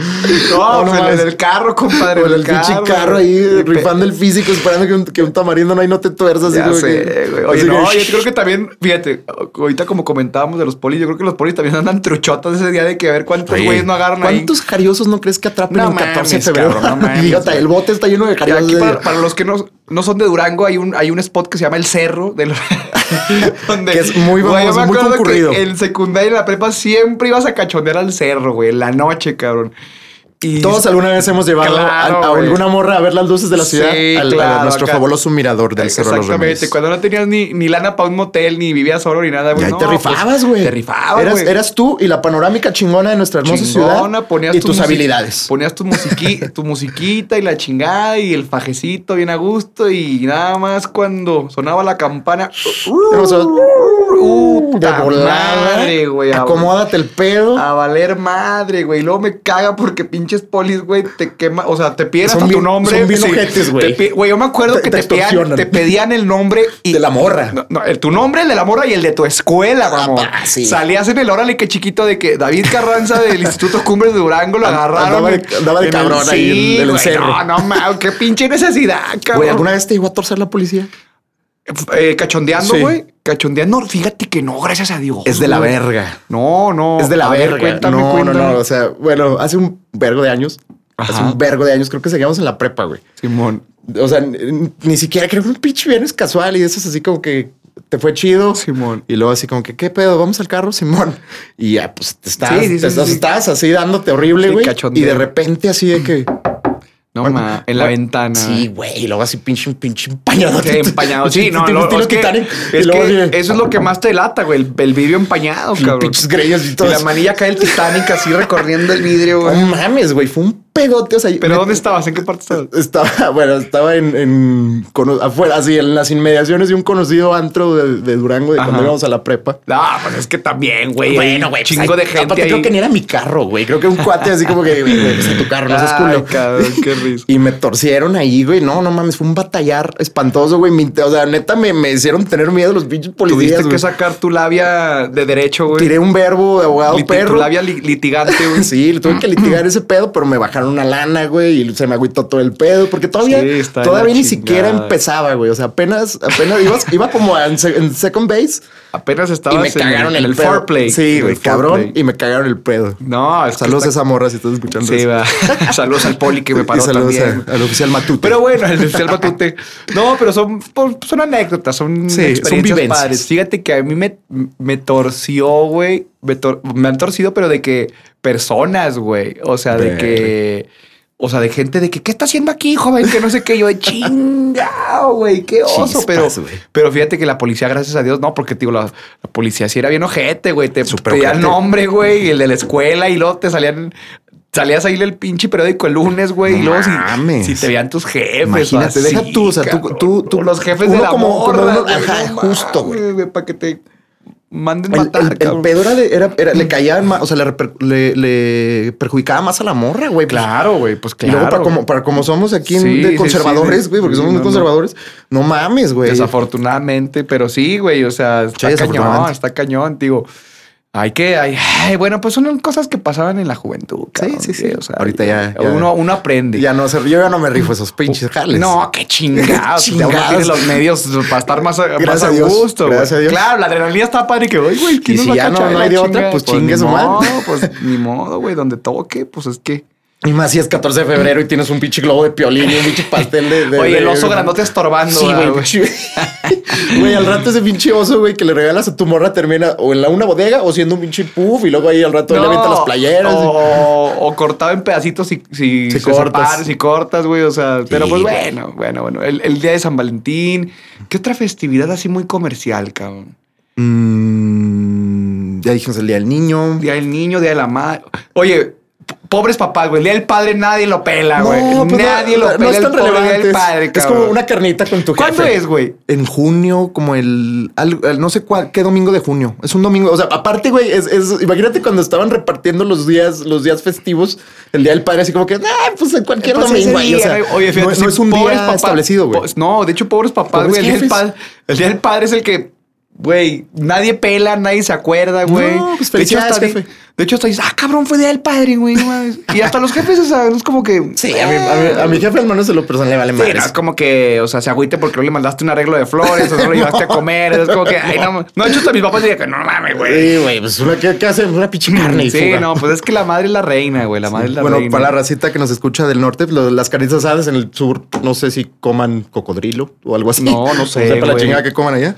Speaker 1: No,
Speaker 2: No, no
Speaker 1: pues, en
Speaker 2: mames.
Speaker 1: el carro, compadre.
Speaker 2: Con
Speaker 1: en
Speaker 2: el pinche carro
Speaker 1: güey.
Speaker 2: ahí
Speaker 1: Y pe-
Speaker 2: rifando el físico, esperando que un, que un tamarindo no, ahí no te tuerzas.
Speaker 1: Ya
Speaker 2: así como
Speaker 1: sé,
Speaker 2: que-
Speaker 1: güey. Oye,
Speaker 2: así
Speaker 1: no,
Speaker 2: que-
Speaker 1: yo creo que también, fíjate, ahorita como comentábamos de los polis, yo creo que los polis también andan truchotas ese día de que a ver cuántos
Speaker 2: Oye,
Speaker 1: güeyes no agarran
Speaker 2: ¿Cuántos jariosos no crees que atrapen
Speaker 1: No
Speaker 2: el 14 de
Speaker 1: mames,
Speaker 2: febrero?
Speaker 1: cabrón, no mames,
Speaker 2: Idiota,
Speaker 1: güey.
Speaker 2: el bote está lleno de
Speaker 1: ahí. Y
Speaker 2: jariosos.
Speaker 1: aquí
Speaker 2: de-
Speaker 1: para, para los que no, no son de Durango, hay un, hay un spot que se llama El Cerro, del, donde
Speaker 2: Que es muy
Speaker 1: Güey, yo
Speaker 2: famoso,
Speaker 1: me
Speaker 2: muy
Speaker 1: acuerdo que
Speaker 2: concurrido.
Speaker 1: En secundaria y en la prepa siempre ibas a cachondear al cerro, güey, en la noche, cabrón. Y
Speaker 2: Todos alguna vez hemos llevado
Speaker 1: Claro,
Speaker 2: a, a
Speaker 1: güey.
Speaker 2: alguna morra a ver las luces de la
Speaker 1: Sí,
Speaker 2: ciudad al- a
Speaker 1: claro,
Speaker 2: nuestro
Speaker 1: acá.
Speaker 2: fabuloso mirador del Cerro de los
Speaker 1: Exactamente,
Speaker 2: Remedios.
Speaker 1: cuando no tenías ni, ni lana para un motel, ni vivías solo ni nada,
Speaker 2: Y
Speaker 1: güey.
Speaker 2: ahí
Speaker 1: no,
Speaker 2: te
Speaker 1: pues,
Speaker 2: rifabas, güey.
Speaker 1: Te rifabas,
Speaker 2: Eras,
Speaker 1: güey.
Speaker 2: eras tú y la panorámica chingona de nuestra hermosa
Speaker 1: chingona,
Speaker 2: ciudad
Speaker 1: ponías
Speaker 2: y
Speaker 1: tu
Speaker 2: tus
Speaker 1: musi-
Speaker 2: habilidades.
Speaker 1: Ponías tu, musiqui- tu musiquita y la chingada y el fajecito bien a gusto y nada más cuando sonaba la campana. uh,
Speaker 2: Tenemos a- de
Speaker 1: puta
Speaker 2: volada.
Speaker 1: madre, güey, a-
Speaker 2: Acomódate el pedo.
Speaker 1: A valer madre, güey. Y Luego me caga porque pinches polis, güey, te quema, o sea, te piden
Speaker 2: Son
Speaker 1: hasta
Speaker 2: bien-
Speaker 1: tu nombre.
Speaker 2: son bien ojetes, güey.
Speaker 1: Te pi- Güey, yo me acuerdo
Speaker 2: Te-
Speaker 1: que
Speaker 2: te
Speaker 1: te, pedían,
Speaker 2: extorsionan.
Speaker 1: te pedían el nombre y
Speaker 2: de la morra.
Speaker 1: no, no, el- tu nombre, el de la morra y el de tu escuela, vamos.
Speaker 2: Ah, sí.
Speaker 1: Salías en el órale que chiquito de que David Carranza del Instituto Cumbres de Durango lo
Speaker 2: And-
Speaker 1: agarraron.
Speaker 2: andaba de-
Speaker 1: en-
Speaker 2: andaba de
Speaker 1: en el-
Speaker 2: cabrón ahí
Speaker 1: sí,
Speaker 2: en- en el
Speaker 1: güey,
Speaker 2: cerro.
Speaker 1: No, no, ma, qué pinche necesidad, cabrón.
Speaker 2: Güey, ¿alguna vez te iba a torcer la policía?
Speaker 1: Eh, cachondeando,
Speaker 2: Sí.
Speaker 1: güey. Cachondeando, fíjate que no, gracias a Dios. güey.
Speaker 2: verga.
Speaker 1: No, no.
Speaker 2: Es de la
Speaker 1: A ver,
Speaker 2: verga.
Speaker 1: cuéntame,
Speaker 2: no,
Speaker 1: cuéntame.
Speaker 2: no, no. O sea, bueno, hace un vergo de años. Hace
Speaker 1: Ajá.
Speaker 2: un vergo de años. Creo que seguíamos en la prepa, güey.
Speaker 1: Simón.
Speaker 2: O sea, n- ni siquiera creo que un pinche viernes casual y eso es así como que te fue chido.
Speaker 1: Simón.
Speaker 2: Y luego así como que, ¿qué pedo? Vamos al carro, Simón. Y ya, pues te estás,
Speaker 1: Sí, sí, sí,
Speaker 2: te
Speaker 1: sí,
Speaker 2: estás,
Speaker 1: sí.
Speaker 2: estás así dándote horrible,
Speaker 1: Sí,
Speaker 2: güey. y
Speaker 1: cachondeo.
Speaker 2: de repente así de que...
Speaker 1: No,
Speaker 2: Bueno,
Speaker 1: ma, en la
Speaker 2: bueno,
Speaker 1: ventana.
Speaker 2: Sí, güey. Y luego así pinche, pinche empañado.
Speaker 1: Sí, empañado. Sí, no,
Speaker 2: Tipo
Speaker 1: lo-
Speaker 2: estilo
Speaker 1: es que-
Speaker 2: Titanic. Y
Speaker 1: es
Speaker 2: luego
Speaker 1: que
Speaker 2: así de-
Speaker 1: eso es lo que más te lata, güey. El, el vidrio empañado,
Speaker 2: Y
Speaker 1: cabrón.
Speaker 2: pinches greñas y
Speaker 1: Y
Speaker 2: todo.
Speaker 1: la manilla cae el Titanic así recorriendo el vidrio,
Speaker 2: No
Speaker 1: güey.
Speaker 2: mames, güey. Fue un pedote. O sea,
Speaker 1: ¿Pero
Speaker 2: me-
Speaker 1: dónde estabas? ¿En qué parte estabas?
Speaker 2: Estaba, bueno, estaba en, en cono- afuera, así en las inmediaciones de un conocido antro de, de Durango de cuando
Speaker 1: Ajá.
Speaker 2: íbamos a la prepa.
Speaker 1: No, pues es que también, güey.
Speaker 2: pues
Speaker 1: Chingo de gente
Speaker 2: Aparte,
Speaker 1: ahí.
Speaker 2: creo que ni era mi carro, güey. Creo que un cuate así como que, güey, güey, es tu carro, no seas
Speaker 1: Ay,
Speaker 2: culo.
Speaker 1: cabrón, qué risa.
Speaker 2: Y me torcieron ahí, güey. No, no mames, fue un batallar espantoso, güey. Mi- O sea, neta, me, me hicieron tener miedo los pinches
Speaker 1: Tuviste
Speaker 2: policías,
Speaker 1: que
Speaker 2: güey.
Speaker 1: sacar tu labia de derecho, güey.
Speaker 2: Tiré un verbo de abogado
Speaker 1: Liti- Tu
Speaker 2: perro.
Speaker 1: labia li- litigante, güey.
Speaker 2: Sí, le tuve que litigar ese pedo, pero me bajaron una lana, güey, y se me agüitó todo el pedo, porque todavía,
Speaker 1: Sí, está de
Speaker 2: todavía
Speaker 1: la
Speaker 2: ni siquiera
Speaker 1: chingada.
Speaker 2: empezaba, güey. O sea, apenas, apenas ibas, iba como en, se- en second base
Speaker 1: Apenas
Speaker 2: y
Speaker 1: estabas
Speaker 2: me cagaron
Speaker 1: en
Speaker 2: el,
Speaker 1: el,
Speaker 2: pedo.
Speaker 1: foreplay. En
Speaker 2: Sí,
Speaker 1: el
Speaker 2: güey,
Speaker 1: foreplay.
Speaker 2: cabrón, y me cagaron el pedo.
Speaker 1: No, es que
Speaker 2: Saludos a
Speaker 1: está-
Speaker 2: esa morra si estás escuchando.
Speaker 1: Sí,
Speaker 2: eso.
Speaker 1: va. Saludos al poli que me
Speaker 2: Y
Speaker 1: paró
Speaker 2: saludos
Speaker 1: también.
Speaker 2: a- al oficial Matute.
Speaker 1: Pero bueno, el oficial Matute. No, pero son, por- son anécdotas, son
Speaker 2: Sí, son
Speaker 1: experiencias
Speaker 2: vivencias.
Speaker 1: padres. Fíjate que a mí me, me torció, güey. Me, tor- me han torcido, pero de que personas, güey. O sea, de
Speaker 2: Verga.
Speaker 1: que. O sea, de gente de que, ¿qué está haciendo aquí, joven? Que no sé qué. Yo de chingao, güey. Qué oso.
Speaker 2: Chispas,
Speaker 1: pero,
Speaker 2: güey.
Speaker 1: pero fíjate que la policía, gracias a Dios, no, porque, digo, la, la policía sí era bien ojete, güey. Te
Speaker 2: Súper
Speaker 1: pedía
Speaker 2: ojete.
Speaker 1: nombre, güey, y el de la escuela, y luego te salían. Salías ahí el pinche periódico el lunes, güey, y luego si,
Speaker 2: Mames.
Speaker 1: si te veían tus jefes.
Speaker 2: Imagínate,
Speaker 1: o así,
Speaker 2: deja tú, o sea, tú-
Speaker 1: cabrón.
Speaker 2: tú- tú-
Speaker 1: los jefes de
Speaker 2: uno
Speaker 1: la
Speaker 2: como- como
Speaker 1: morra,
Speaker 2: uno-
Speaker 1: güey,
Speaker 2: ajá,
Speaker 1: no
Speaker 2: justo, güey.
Speaker 1: mames, Para que te manden
Speaker 2: El,
Speaker 1: matar.
Speaker 2: el- el
Speaker 1: cabrón.
Speaker 2: pedo era, de- era- era- le caían más, o sea, le, reper- le- le perjudicaba más a la morra, güey. pues.
Speaker 1: Claro, güey, pues
Speaker 2: Y luego, para
Speaker 1: claro.
Speaker 2: como, para como somos aquí en-
Speaker 1: Sí, sí,
Speaker 2: de
Speaker 1: sí,
Speaker 2: conservadores,
Speaker 1: de-
Speaker 2: güey, porque somos
Speaker 1: no,
Speaker 2: muy
Speaker 1: no.
Speaker 2: conservadores, no mames, güey.
Speaker 1: Desafortunadamente, pero sí, güey, o sea, está cañón,
Speaker 2: desafortunadamente.
Speaker 1: está cañón, digo. Hay que, hay, ay, bueno, pues son cosas que pasaban en la juventud. cabrón,
Speaker 2: sí, sí.
Speaker 1: güey, o sea,
Speaker 2: Ahorita ya- ya-
Speaker 1: Uno, uno aprende.
Speaker 2: Ya no, o sea, yo ya no me rifo esos pinches jales.
Speaker 1: No, qué chingados.
Speaker 2: Qué
Speaker 1: o sea, uno
Speaker 2: chingados.
Speaker 1: tiene los medios para estar más, a-
Speaker 2: Gracias
Speaker 1: más
Speaker 2: a
Speaker 1: a
Speaker 2: Dios,
Speaker 1: gusto. güey.
Speaker 2: gracias a Dios.
Speaker 1: Claro, la adrenalina está padre que hoy, güey. ¿quién
Speaker 2: Y
Speaker 1: nos
Speaker 2: si
Speaker 1: va a
Speaker 2: ya no-
Speaker 1: cachar
Speaker 2: no
Speaker 1: la
Speaker 2: hay de otra,
Speaker 1: chingada?
Speaker 2: pues, chingue
Speaker 1: ni
Speaker 2: su madre.
Speaker 1: modo, Pues ni modo, güey. Donde toque, pues es que.
Speaker 2: Y más si es 14 de febrero y tienes un pinche globo de piolín y un pinche pastel de. de-
Speaker 1: Oye, el
Speaker 2: de-
Speaker 1: oso grandote ah, estorbando.
Speaker 2: Sí,
Speaker 1: ¿verdad,
Speaker 2: güey. pues, pinche- Güey, al rato ese pinche oso, güey, que le regalas a tu morra termina o en la una bodega o siendo un pinche puff y luego ahí al rato le
Speaker 1: No, Oh.
Speaker 2: avienta las playeras.
Speaker 1: O, o cortado en pedacitos si, si,
Speaker 2: Si
Speaker 1: se
Speaker 2: cortas.
Speaker 1: separan, si cortas, güey. O sea, pero pues
Speaker 2: güey.
Speaker 1: bueno, bueno, bueno. El, el día de San Valentín. ¿Qué otra festividad así muy comercial, cabrón?
Speaker 2: Mm, ya dijimos el día del niño.
Speaker 1: Día del niño, día de la madre. Oye, p- pobres papás, güey. El día del padre nadie lo pela, güey.
Speaker 2: pues no,
Speaker 1: nadie
Speaker 2: no,
Speaker 1: lo pela.
Speaker 2: no es
Speaker 1: el
Speaker 2: tan
Speaker 1: pobre día
Speaker 2: relevante.
Speaker 1: del padre,
Speaker 2: es
Speaker 1: cabrón.
Speaker 2: como una carnita con tu jefe.
Speaker 1: ¿Cuándo es, güey?
Speaker 2: En junio, como el, al- al- no sé cuál, qué domingo de junio. Es un domingo. O sea, aparte, güey, es, es- imagínate cuando estaban repartiendo los días, los días festivos, el día del padre, así como que, ah, pues en cualquier
Speaker 1: Pues
Speaker 2: domingo.
Speaker 1: ese
Speaker 2: ahí", o
Speaker 1: día,
Speaker 2: sea,
Speaker 1: güey. Oye, fíjate,
Speaker 2: no,
Speaker 1: sí,
Speaker 2: no es un
Speaker 1: pobres
Speaker 2: día
Speaker 1: papás,
Speaker 2: establecido, güey.
Speaker 1: po- No, de hecho, pobres papás,
Speaker 2: Pobres
Speaker 1: güey. El, día del
Speaker 2: jefes.
Speaker 1: pa- el día del padre es el que, güey, nadie pela, nadie se acuerda, güey.
Speaker 2: No, pues,
Speaker 1: de hecho,
Speaker 2: felicidades,
Speaker 1: hasta di-
Speaker 2: jefe.
Speaker 1: De hecho, hasta dices, ah, cabrón, fue día del padre, güey. no mames". y hasta los jefes, o sea, no es como que.
Speaker 2: Sí, a mi, a mi- a Eh, mi jefe al menos se lo personal le vale
Speaker 1: Sí,
Speaker 2: madres.
Speaker 1: no, es como que, o sea, se agüite porque no le mandaste un arreglo de flores, o no lo llevaste a comer. Es como que, ay, no, mames. no, de hecho, hasta mis papás dirían que no mames, güey.
Speaker 2: Sí, güey, pues una que, hace una pinche carne y
Speaker 1: Sí,
Speaker 2: fuga.
Speaker 1: no, pues es que la madre es la reina, güey. La madre es la
Speaker 2: Bueno,
Speaker 1: reina.
Speaker 2: para la racita que nos escucha del norte, lo- las carnitas asadas en el sur, no sé si coman cocodrilo o algo así.
Speaker 1: No, no sé,
Speaker 2: O sea, para la
Speaker 1: güey.
Speaker 2: chingada que coman allá.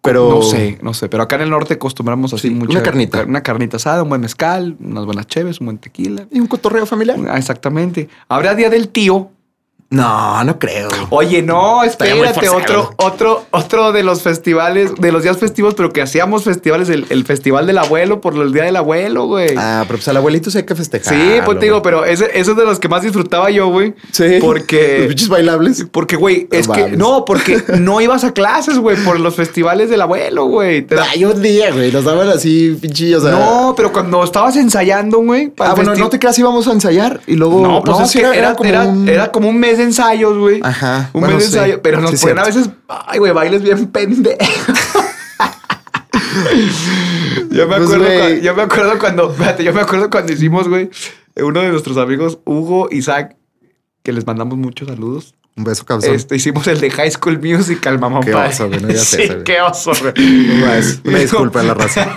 Speaker 2: Pero
Speaker 1: No sé, no sé, pero acá en el norte acostumbramos así
Speaker 2: Sí,
Speaker 1: mucho.
Speaker 2: una carnita.
Speaker 1: Una carnita asada, un buen mezcal, unas buenas cheves, un buen tequila.
Speaker 2: ¿Y un cotorreo familiar?
Speaker 1: Ah, Exactamente. Habrá día del tío.
Speaker 2: No, no creo.
Speaker 1: Oye, no,
Speaker 2: Estaría muy
Speaker 1: espérate,
Speaker 2: forzado.
Speaker 1: otro, otro, otro de los festivales, de los días festivos, pero que hacíamos festivales, el, el festival del abuelo por el día del abuelo, güey.
Speaker 2: Ah, pero pues al abuelito sí hay que festejar.
Speaker 1: sí, pues te digo, pero ese, ese es de los que más disfrutaba yo, güey.
Speaker 2: Los
Speaker 1: Porque.
Speaker 2: bichos bailables.
Speaker 1: Porque, güey, es que
Speaker 2: mames.
Speaker 1: no, porque no ibas a clases, güey, por los festivales del abuelo, güey. Te-
Speaker 2: Ay, un día, güey. Nos daban así, pinchillos. O sea,
Speaker 1: No, pero cuando estabas ensayando, güey. para
Speaker 2: Ah,
Speaker 1: el
Speaker 2: bueno,
Speaker 1: festi-
Speaker 2: no te creas, íbamos a ensayar y luego.
Speaker 1: No, pues es
Speaker 2: sí
Speaker 1: que era, era, era como un... mes de ensayos, güey.
Speaker 2: Ajá,
Speaker 1: Un
Speaker 2: bueno,
Speaker 1: mes de
Speaker 2: sí.
Speaker 1: ensayo. Pero nos
Speaker 2: Sí,
Speaker 1: ponían a veces, ay, güey, bailes bien pendejos. yo, me
Speaker 2: Pues,
Speaker 1: acuerdo
Speaker 2: güey.
Speaker 1: cua- yo me acuerdo cuando, espérate, yo me acuerdo cuando hicimos, güey, uno de nuestros amigos, Hugo, Isaac, que les mandamos muchos saludos.
Speaker 2: Un beso, cabezón.
Speaker 1: Este, hicimos el de High School Musical, mamá.
Speaker 2: Qué
Speaker 1: padre.
Speaker 2: oso, güey, no digas
Speaker 1: sí,
Speaker 2: eso, güey.
Speaker 1: qué oso, güey.
Speaker 2: Una disculpa a la raza.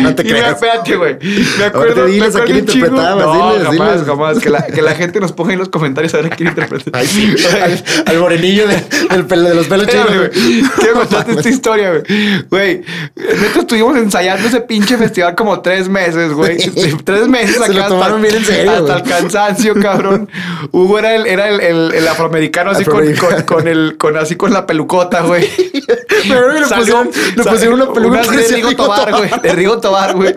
Speaker 2: No te
Speaker 1: Y me-
Speaker 2: creas.
Speaker 1: Espérate, güey. Me acuerdo.
Speaker 2: Ahorita diles
Speaker 1: me
Speaker 2: a
Speaker 1: acuerdo
Speaker 2: quién
Speaker 1: un chingo-
Speaker 2: interpretabas,
Speaker 1: No,
Speaker 2: diles,
Speaker 1: jamás,
Speaker 2: diles.
Speaker 1: jamás. Que la, que la gente nos ponga en los comentarios a ver a quién interpreta.
Speaker 2: Ay, sí. al, al morenillo de, del pelo- de los pelos chinos.
Speaker 1: Espérame, güey.
Speaker 2: güey.
Speaker 1: Quiero contarte esta historia, güey. Güey, neta estuvimos ensayando ese pinche festival como tres meses, güey. Tres meses
Speaker 2: Se lo
Speaker 1: hasta-
Speaker 2: tomaron bien en serio,
Speaker 1: Hasta
Speaker 2: güey.
Speaker 1: el cansancio, cabrón. Hugo era el, era el, el- el afroamericano así con, con,
Speaker 2: Afroamericano.
Speaker 1: con el, con así con la pelucota, güey.
Speaker 2: Pero creo que le pusieron, le
Speaker 1: sal-
Speaker 2: pusieron una peluca
Speaker 1: unas de
Speaker 2: parecía
Speaker 1: Rigo
Speaker 2: Rigo
Speaker 1: Tobar, güey. De Rigo Tobar, güey.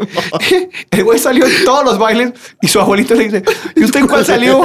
Speaker 1: El güey salió en todos los bailes y su abuelito le dice, ¿y usted en cuál salió?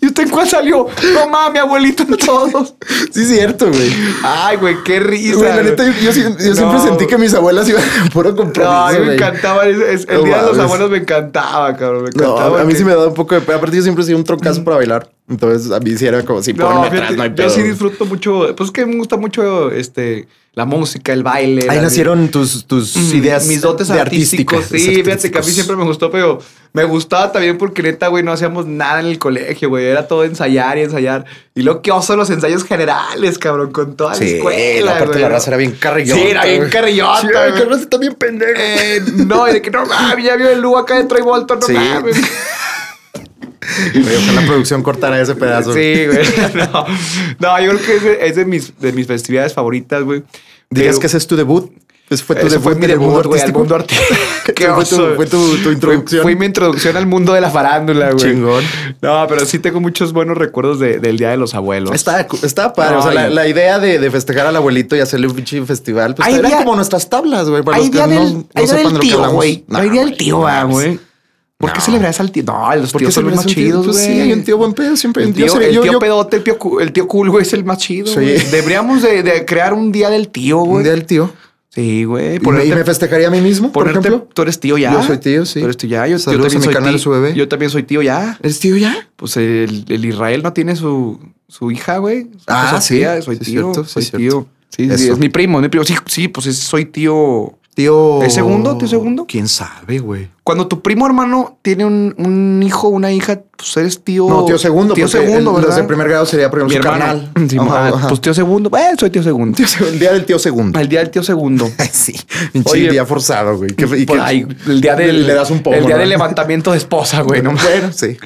Speaker 1: ¿Y usted en cuál salió? No mames, abuelito, en todos.
Speaker 2: Sí, es cierto, güey.
Speaker 1: Ay, güey, qué risa.
Speaker 2: Güey, la
Speaker 1: güey.
Speaker 2: neta, yo, yo sie- yo
Speaker 1: No.
Speaker 2: siempre sentí que mis abuelas iban a puro
Speaker 1: No, a
Speaker 2: compromiso,
Speaker 1: mí me
Speaker 2: güey.
Speaker 1: encantaba. ese- ese- el
Speaker 2: No
Speaker 1: día de los
Speaker 2: mames.
Speaker 1: abuelos me encantaba, cabrón. Me
Speaker 2: No,
Speaker 1: encantaba
Speaker 2: a, a mí
Speaker 1: que- Mm.
Speaker 2: sí me daba un poco de pe- Aparte, yo siempre he sido un troncazo para bailar. Entonces, a mí sí era como si
Speaker 1: No,
Speaker 2: ponme
Speaker 1: fíjate,
Speaker 2: atrás, no hay
Speaker 1: yo
Speaker 2: pedo.
Speaker 1: sí disfruto mucho. Pues es que me gusta mucho este, la música, el baile.
Speaker 2: Ahí
Speaker 1: la-
Speaker 2: nacieron tus, tus
Speaker 1: Mm,
Speaker 2: ideas.
Speaker 1: mis dotes
Speaker 2: de
Speaker 1: artísticos.
Speaker 2: artísticas, pues.
Speaker 1: Sí, fíjate
Speaker 2: artísticos.
Speaker 1: que a mí siempre me gustó, pero me gustaba también porque neta, güey, no hacíamos nada en el colegio, güey. Era todo ensayar y ensayar. Y lo que oso los ensayos generales, cabrón, con toda la
Speaker 2: Sí,
Speaker 1: escuela.
Speaker 2: aparte
Speaker 1: güey.
Speaker 2: la raza era bien carrillota.
Speaker 1: Sí, era bien
Speaker 2: güey.
Speaker 1: carrillota,
Speaker 2: Sí, ay,
Speaker 1: güey.
Speaker 2: que raza está bien pendejo.
Speaker 1: Eh, no, y de que no mames, ya vio el Lugo acá de Troy Bolton, no
Speaker 2: Sí.
Speaker 1: mames.
Speaker 2: Oye, ojalá la producción cortara ese pedazo.
Speaker 1: Sí, güey. No, no, yo creo que es de, es de mis, de mis festividades favoritas, güey.
Speaker 2: Digas
Speaker 1: Pero-
Speaker 2: que ese es tu debut. Ese fue tu
Speaker 1: Ese
Speaker 2: debut
Speaker 1: fue mi
Speaker 2: en el mundo
Speaker 1: debut, güey, al
Speaker 2: artístico.
Speaker 1: mundo artístico. Qué
Speaker 2: Ese fue tu-
Speaker 1: oso, güey.
Speaker 2: fue tu- tu
Speaker 1: Fue-
Speaker 2: introducción.
Speaker 1: Fue, mi introducción al mundo de la farándula, güey.
Speaker 2: Chingón.
Speaker 1: No, pero sí tengo muchos buenos recuerdos de- del Día de los Abuelos.
Speaker 2: Está, cu- está padre. o sea,
Speaker 1: Ay.
Speaker 2: la, la idea de, de festejar al abuelito y hacerle un pinche festival, pues
Speaker 1: Hay
Speaker 2: eran
Speaker 1: día-
Speaker 2: como nuestras tablas, güey. Para
Speaker 1: Hay
Speaker 2: los que
Speaker 1: día
Speaker 2: no,
Speaker 1: del,
Speaker 2: no
Speaker 1: hay día
Speaker 2: sepan
Speaker 1: del
Speaker 2: de lo que
Speaker 1: tío,
Speaker 2: hablamos.
Speaker 1: güey.
Speaker 2: No,
Speaker 1: hay día del tío, ah,
Speaker 2: no mames.
Speaker 1: güey. ¿Por qué
Speaker 2: No.
Speaker 1: celebras al tío? No, los tíos son los más
Speaker 2: celebras un tío?
Speaker 1: chidos,
Speaker 2: Pues
Speaker 1: güey.
Speaker 2: sí, hay un tío buen pedo, siempre hay
Speaker 1: El
Speaker 2: un tío.
Speaker 1: tío,
Speaker 2: serio.
Speaker 1: el
Speaker 2: Yo-
Speaker 1: tío
Speaker 2: yo-
Speaker 1: pedote, el tío, cu- el tío cool, güey, es el más chido.
Speaker 2: Sí.
Speaker 1: güey. Deberíamos de, de crear un día del tío,
Speaker 2: Un
Speaker 1: güey.
Speaker 2: día el tío.
Speaker 1: Sí, güey.
Speaker 2: Y me, y me festejaría a mí mismo, por
Speaker 1: ponerte-
Speaker 2: ejemplo.
Speaker 1: tú eres tío ya.
Speaker 2: Yo soy tío, sí.
Speaker 1: Tú eres tío ya. Yo, yo
Speaker 2: Saludos
Speaker 1: también
Speaker 2: a mi
Speaker 1: soy
Speaker 2: canal,
Speaker 1: tío.
Speaker 2: su bebé.
Speaker 1: Yo también soy tío ya.
Speaker 2: ¿Eres tío ya?
Speaker 1: Pues el, el Israel no tiene su, su hija, güey. Su
Speaker 2: Ah,
Speaker 1: esposa
Speaker 2: sí.
Speaker 1: tía, Soy
Speaker 2: Sí, es
Speaker 1: tío.
Speaker 2: cierto, sí,
Speaker 1: soy
Speaker 2: es cierto.
Speaker 1: tío. Sí, sí,
Speaker 2: Eso.
Speaker 1: es mi primo, es mi primo. Sí, sí, pues es- soy tío.
Speaker 2: Tío.
Speaker 1: ¿Es segundo? ¿Tío segundo?
Speaker 2: ¿Quién sabe, güey?
Speaker 1: Cuando tu primo hermano tiene un, un hijo, una hija, pues eres tío.
Speaker 2: No, tío segundo.
Speaker 1: Tío
Speaker 2: porque
Speaker 1: segundo,
Speaker 2: el-
Speaker 1: ¿verdad?
Speaker 2: Los de primer grado sería, por
Speaker 1: Mi
Speaker 2: ejemplo, su
Speaker 1: hermano.
Speaker 2: carnal.
Speaker 1: Sí,
Speaker 2: Ajá,
Speaker 1: ah,
Speaker 2: ajá.
Speaker 1: Pues tío segundo. Eh, soy tío segundo.
Speaker 2: Tío segundo, El día del tío segundo.
Speaker 1: El día del tío segundo.
Speaker 2: Sí. Pinche
Speaker 1: Oye,
Speaker 2: día forzado, güey. Qué- y
Speaker 1: Por
Speaker 2: qué-
Speaker 1: ahí, el día del,
Speaker 2: Le das un pomo.
Speaker 1: el día
Speaker 2: ¿no?
Speaker 1: del levantamiento de esposa, güey. no mames.
Speaker 2: Bueno, sí.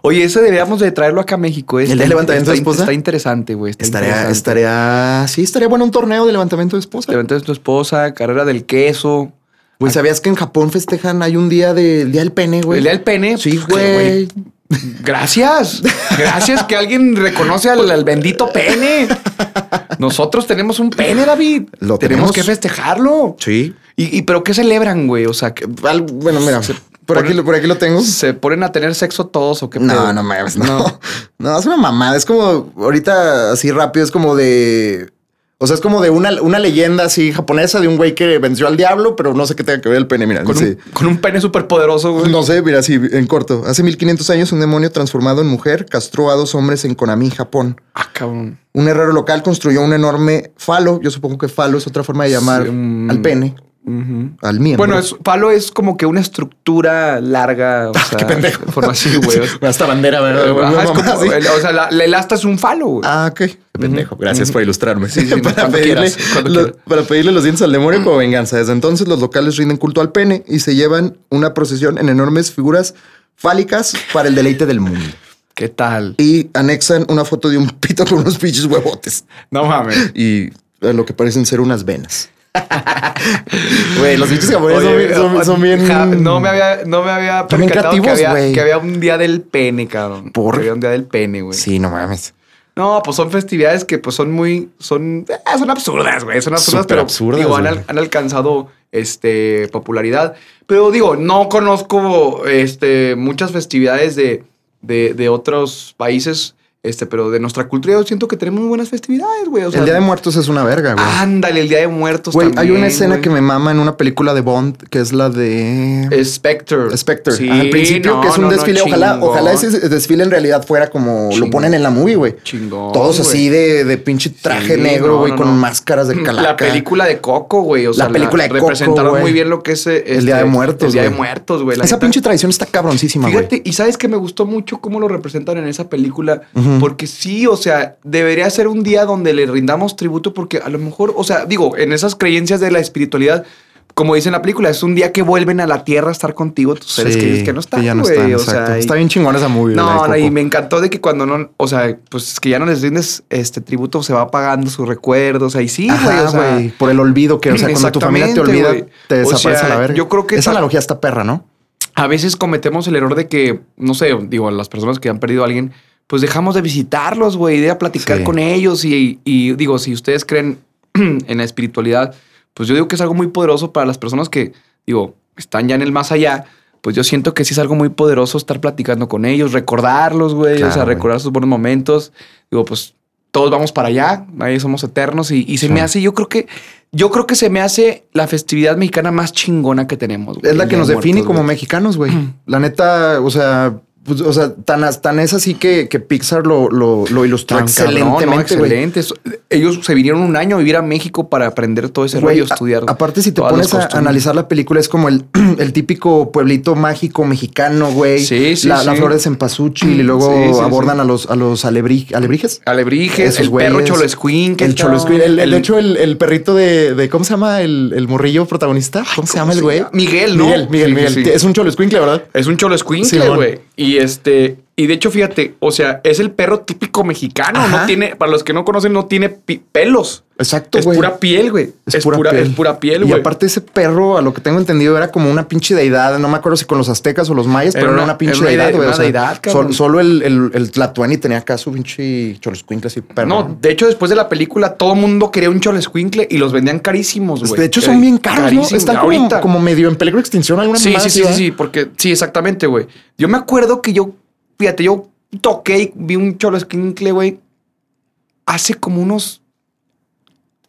Speaker 1: Oye, ese deberíamos de traerlo acá a México. ¿eh?
Speaker 2: ¿El del
Speaker 1: está-
Speaker 2: levantamiento de esposa?
Speaker 1: Está interesante, güey. está
Speaker 2: Estaría,
Speaker 1: interesante.
Speaker 2: estaría, sí, estaría bueno un torneo de levantamiento de esposa.
Speaker 1: Levantamiento de tu esposa, carrera del queso.
Speaker 2: Güey, ¿sabías que en Japón festejan? Hay un día de, el día del pene, güey.
Speaker 1: El día del pene.
Speaker 2: Sí,
Speaker 1: Pues,
Speaker 2: güey.
Speaker 1: Gracias. Gracias que alguien reconoce al, al bendito pene. Nosotros tenemos un pene, David. tenemos
Speaker 2: Lo tenemos.
Speaker 1: que festejarlo.
Speaker 2: Sí.
Speaker 1: Y, y- pero qué celebran, güey? O sea, que
Speaker 2: Al- bueno, mira, por,
Speaker 1: pone-
Speaker 2: aquí, lo- por aquí lo tengo.
Speaker 1: se ponen a tener sexo todos o qué
Speaker 2: No,
Speaker 1: pedo?
Speaker 2: no mames, no. no. es una mamada. Es como ahorita así rápido, es como de. O sea, es como de una, una leyenda así japonesa de un güey que venció al diablo, pero no sé qué tenga que ver el pene. Mira,
Speaker 1: Con,
Speaker 2: dice-
Speaker 1: un, con un pene súper poderoso, güey.
Speaker 2: No sé, mira, sí, en corto. Hace 1500 años, un demonio transformado en mujer castró a dos hombres en Konami, Japón.
Speaker 1: Ah, cabrón.
Speaker 2: Un herrero local construyó un enorme falo. Yo supongo que falo es otra forma de llamar
Speaker 1: Sí, un-
Speaker 2: al pene,
Speaker 1: Ujú.
Speaker 2: al miembro.
Speaker 1: Bueno, es, palo es como que una estructura larga. O sea,
Speaker 2: qué pendejo.
Speaker 1: de Forma así, güey. O sea,
Speaker 2: Hasta bandera,
Speaker 1: ajá, Ah, es como- el- o sea, la, la elasta es un falo, güey.
Speaker 2: Ah, ok. Pendejo. Gracias por ilustrarme.
Speaker 1: Sí, sí, no,
Speaker 2: para,
Speaker 1: cuando
Speaker 2: pedirle,
Speaker 1: quieras, cuando
Speaker 2: lo-
Speaker 1: quieras.
Speaker 2: para pedirle los dientes al demonio como venganza. Desde entonces, los locales rinden culto al pene y se llevan una procesión en enormes figuras fálicas para el deleite del mundo.
Speaker 1: ¿Qué tal?
Speaker 2: Y anexan una foto de un pito con unos pinches huevotes
Speaker 1: No mames.
Speaker 2: y a lo que parecen ser unas venas. Güey, los pinches japoneses son
Speaker 1: Oye,
Speaker 2: bien- son, son bien.
Speaker 1: ja, no me había, no me había
Speaker 2: Son bien
Speaker 1: percatado que
Speaker 2: creativos,
Speaker 1: había,
Speaker 2: güey.
Speaker 1: que había un día del pene, cabrón.
Speaker 2: ¿Por?
Speaker 1: Que había un día del pene, güey.
Speaker 2: Sí, no mames.
Speaker 1: No, pues son festividades que pues son muy, son, eh, son absurdas, güey. Son absurdas,
Speaker 2: Súper
Speaker 1: pero
Speaker 2: absurdas,
Speaker 1: digo, han, al-
Speaker 2: güey.
Speaker 1: han alcanzado este popularidad. Pero digo, no conozco este muchas festividades de, de, de otros países, este, pero de nuestra cultura yo siento que tenemos muy buenas festividades, güey. O sea,
Speaker 2: el Día de Muertos es una verga, güey.
Speaker 1: Ándale, el Día de Muertos
Speaker 2: Güey, hay
Speaker 1: también,
Speaker 2: una escena
Speaker 1: güey.
Speaker 2: que me mama en una película de Bond, que es la de.
Speaker 1: Spectre.
Speaker 2: Spectre.
Speaker 1: Sí,
Speaker 2: Al principio,
Speaker 1: no,
Speaker 2: que es un
Speaker 1: no, no,
Speaker 2: desfile. ojalá,
Speaker 1: chingón.
Speaker 2: ojalá ese desfile en realidad fuera como
Speaker 1: Chingón.
Speaker 2: lo ponen en la movie, güey.
Speaker 1: Chingón,
Speaker 2: Todos así
Speaker 1: güey.
Speaker 2: de, de pinche traje
Speaker 1: Sí,
Speaker 2: negro,
Speaker 1: no,
Speaker 2: güey,
Speaker 1: no,
Speaker 2: con
Speaker 1: no.
Speaker 2: máscaras de calaca.
Speaker 1: La película de Coco, güey. O sea,
Speaker 2: película de Coco,
Speaker 1: representaron muy
Speaker 2: güey.
Speaker 1: bien lo que es eh,
Speaker 2: El Día
Speaker 1: este,
Speaker 2: de Muertos,
Speaker 1: El Día de
Speaker 2: güey.
Speaker 1: Muertos, güey. la
Speaker 2: Esa
Speaker 1: neta.
Speaker 2: pinche tradición está cabroncísima, güey.
Speaker 1: Fíjate, y sabes que me gustó mucho cómo lo representan en esa película,
Speaker 2: Ujú.
Speaker 1: porque sí, o sea, debería ser un día donde le rindamos tributo, porque a lo mejor, o sea, digo, en esas creencias de la espiritualidad, como dice en la película, es un día que vuelven a la tierra a estar contigo tus seres
Speaker 2: Sí,
Speaker 1: queridos que no están,
Speaker 2: ya no
Speaker 1: güey.
Speaker 2: están,
Speaker 1: o
Speaker 2: exacto.
Speaker 1: sea, y-
Speaker 2: Está bien chingona esa movie. la de
Speaker 1: no, no,
Speaker 2: Coco.
Speaker 1: y me encantó de que cuando no, o sea, pues que ya no les rindes este tributo, se va apagando sus recuerdos. Ahí sí, güey.
Speaker 2: Ajá,
Speaker 1: o sea,
Speaker 2: güey, por el olvido que, o sea, cuando tu familia te
Speaker 1: Exactamente,
Speaker 2: olvida,
Speaker 1: güey.
Speaker 2: te
Speaker 1: O
Speaker 2: desaparece
Speaker 1: sea,
Speaker 2: la verga.
Speaker 1: yo creo que
Speaker 2: esa
Speaker 1: ta-
Speaker 2: analogía está perra, ¿no?
Speaker 1: a veces cometemos el error de que, no sé, digo, a las personas que han perdido a alguien, pues dejamos de visitarlos, güey, de ir a platicar
Speaker 2: Sí.
Speaker 1: con ellos. Y, y digo, si ustedes creen en la espiritualidad, pues yo digo que es algo muy poderoso para las personas que, digo, están ya en el más allá. Pues yo siento que sí es algo muy poderoso estar platicando con ellos, recordarlos, güey, o
Speaker 2: Claro,
Speaker 1: sea,
Speaker 2: güey.
Speaker 1: recordar sus buenos momentos. Digo, pues todos vamos para allá, ahí somos eternos y, y se
Speaker 2: Sí.
Speaker 1: me hace, yo creo que, yo creo que se me hace la festividad mexicana más chingona que tenemos. güey,
Speaker 2: Es la
Speaker 1: el
Speaker 2: que
Speaker 1: Día
Speaker 2: nos
Speaker 1: de
Speaker 2: define
Speaker 1: Muertos,
Speaker 2: como
Speaker 1: güey.
Speaker 2: mexicanos, güey. La neta, o sea, pues, o sea, tan, as- tan es así que, que Pixar lo, lo, lo ilustró
Speaker 1: Tan cabrón, ¿no?
Speaker 2: excelentemente, güey.
Speaker 1: Excelente. Eso- Ellos se vinieron un año a vivir a México para aprender todo ese
Speaker 2: Güey,
Speaker 1: rollo,
Speaker 2: a-
Speaker 1: estudiar.
Speaker 2: Aparte, si te
Speaker 1: todas las
Speaker 2: pones a
Speaker 1: costumbres.
Speaker 2: analizar la película, es como el, el típico pueblito mágico mexicano, güey.
Speaker 1: Sí, sí,
Speaker 2: la, la
Speaker 1: sí.
Speaker 2: flor de cempasúchil y luego
Speaker 1: Sí, sí,
Speaker 2: abordan
Speaker 1: sí.
Speaker 2: a los, a los alebri- alebrijes.
Speaker 1: Alebrijes,
Speaker 2: Esos
Speaker 1: el perro
Speaker 2: güeyes.
Speaker 1: cholo escuincle,
Speaker 2: El cholo
Speaker 1: cabrón.
Speaker 2: Squid. El, el- de hecho, el, el perrito de, de- ¿Cómo se llama el, el morrillo protagonista? ¿Cómo, se llama el güey?
Speaker 1: Miguel, ¿no?
Speaker 2: Miguel, Miguel,
Speaker 1: Sí,
Speaker 2: Miguel.
Speaker 1: sí.
Speaker 2: Es un cholo Squid, ¿verdad?
Speaker 1: Es un cholo escuincle,
Speaker 2: Simón.
Speaker 1: güey. Y este, Y de hecho, fíjate, o sea, es el perro típico mexicano. No
Speaker 2: Ajá.
Speaker 1: tiene, para los que no conocen, no tiene pi- pelos.
Speaker 2: Exacto,
Speaker 1: es
Speaker 2: güey.
Speaker 1: pura piel, güey. Es, pura, es pura piel,
Speaker 2: Y
Speaker 1: güey.
Speaker 2: aparte ese perro, a lo que tengo entendido, era como una pinche deidad. No me acuerdo si con los aztecas o los mayas,
Speaker 1: Era
Speaker 2: pero
Speaker 1: una-
Speaker 2: era una pinche
Speaker 1: era una
Speaker 2: deidad,
Speaker 1: ide-
Speaker 2: güey.
Speaker 1: una
Speaker 2: O sea,
Speaker 1: deidad, cabrón.
Speaker 2: sol- solo el, el, el Tlatuani tenía acá su pinche choloscuincle así, perro.
Speaker 1: No, de hecho, después de la película, todo el mundo quería un escuincle y los vendían carísimos,
Speaker 2: Pues,
Speaker 1: güey.
Speaker 2: de hecho son bien caros, ¿no?
Speaker 1: Carísimos.
Speaker 2: Están como,
Speaker 1: Ahorita.
Speaker 2: como medio en peligro de extinción alguna
Speaker 1: Sí, sí,
Speaker 2: mamada así,
Speaker 1: sí, sí,
Speaker 2: ¿verdad?
Speaker 1: sí, porque sí, exactamente, güey. Yo me acuerdo que yo, fíjate, yo toqué y vi un cholo esquincle, güey, hace como unos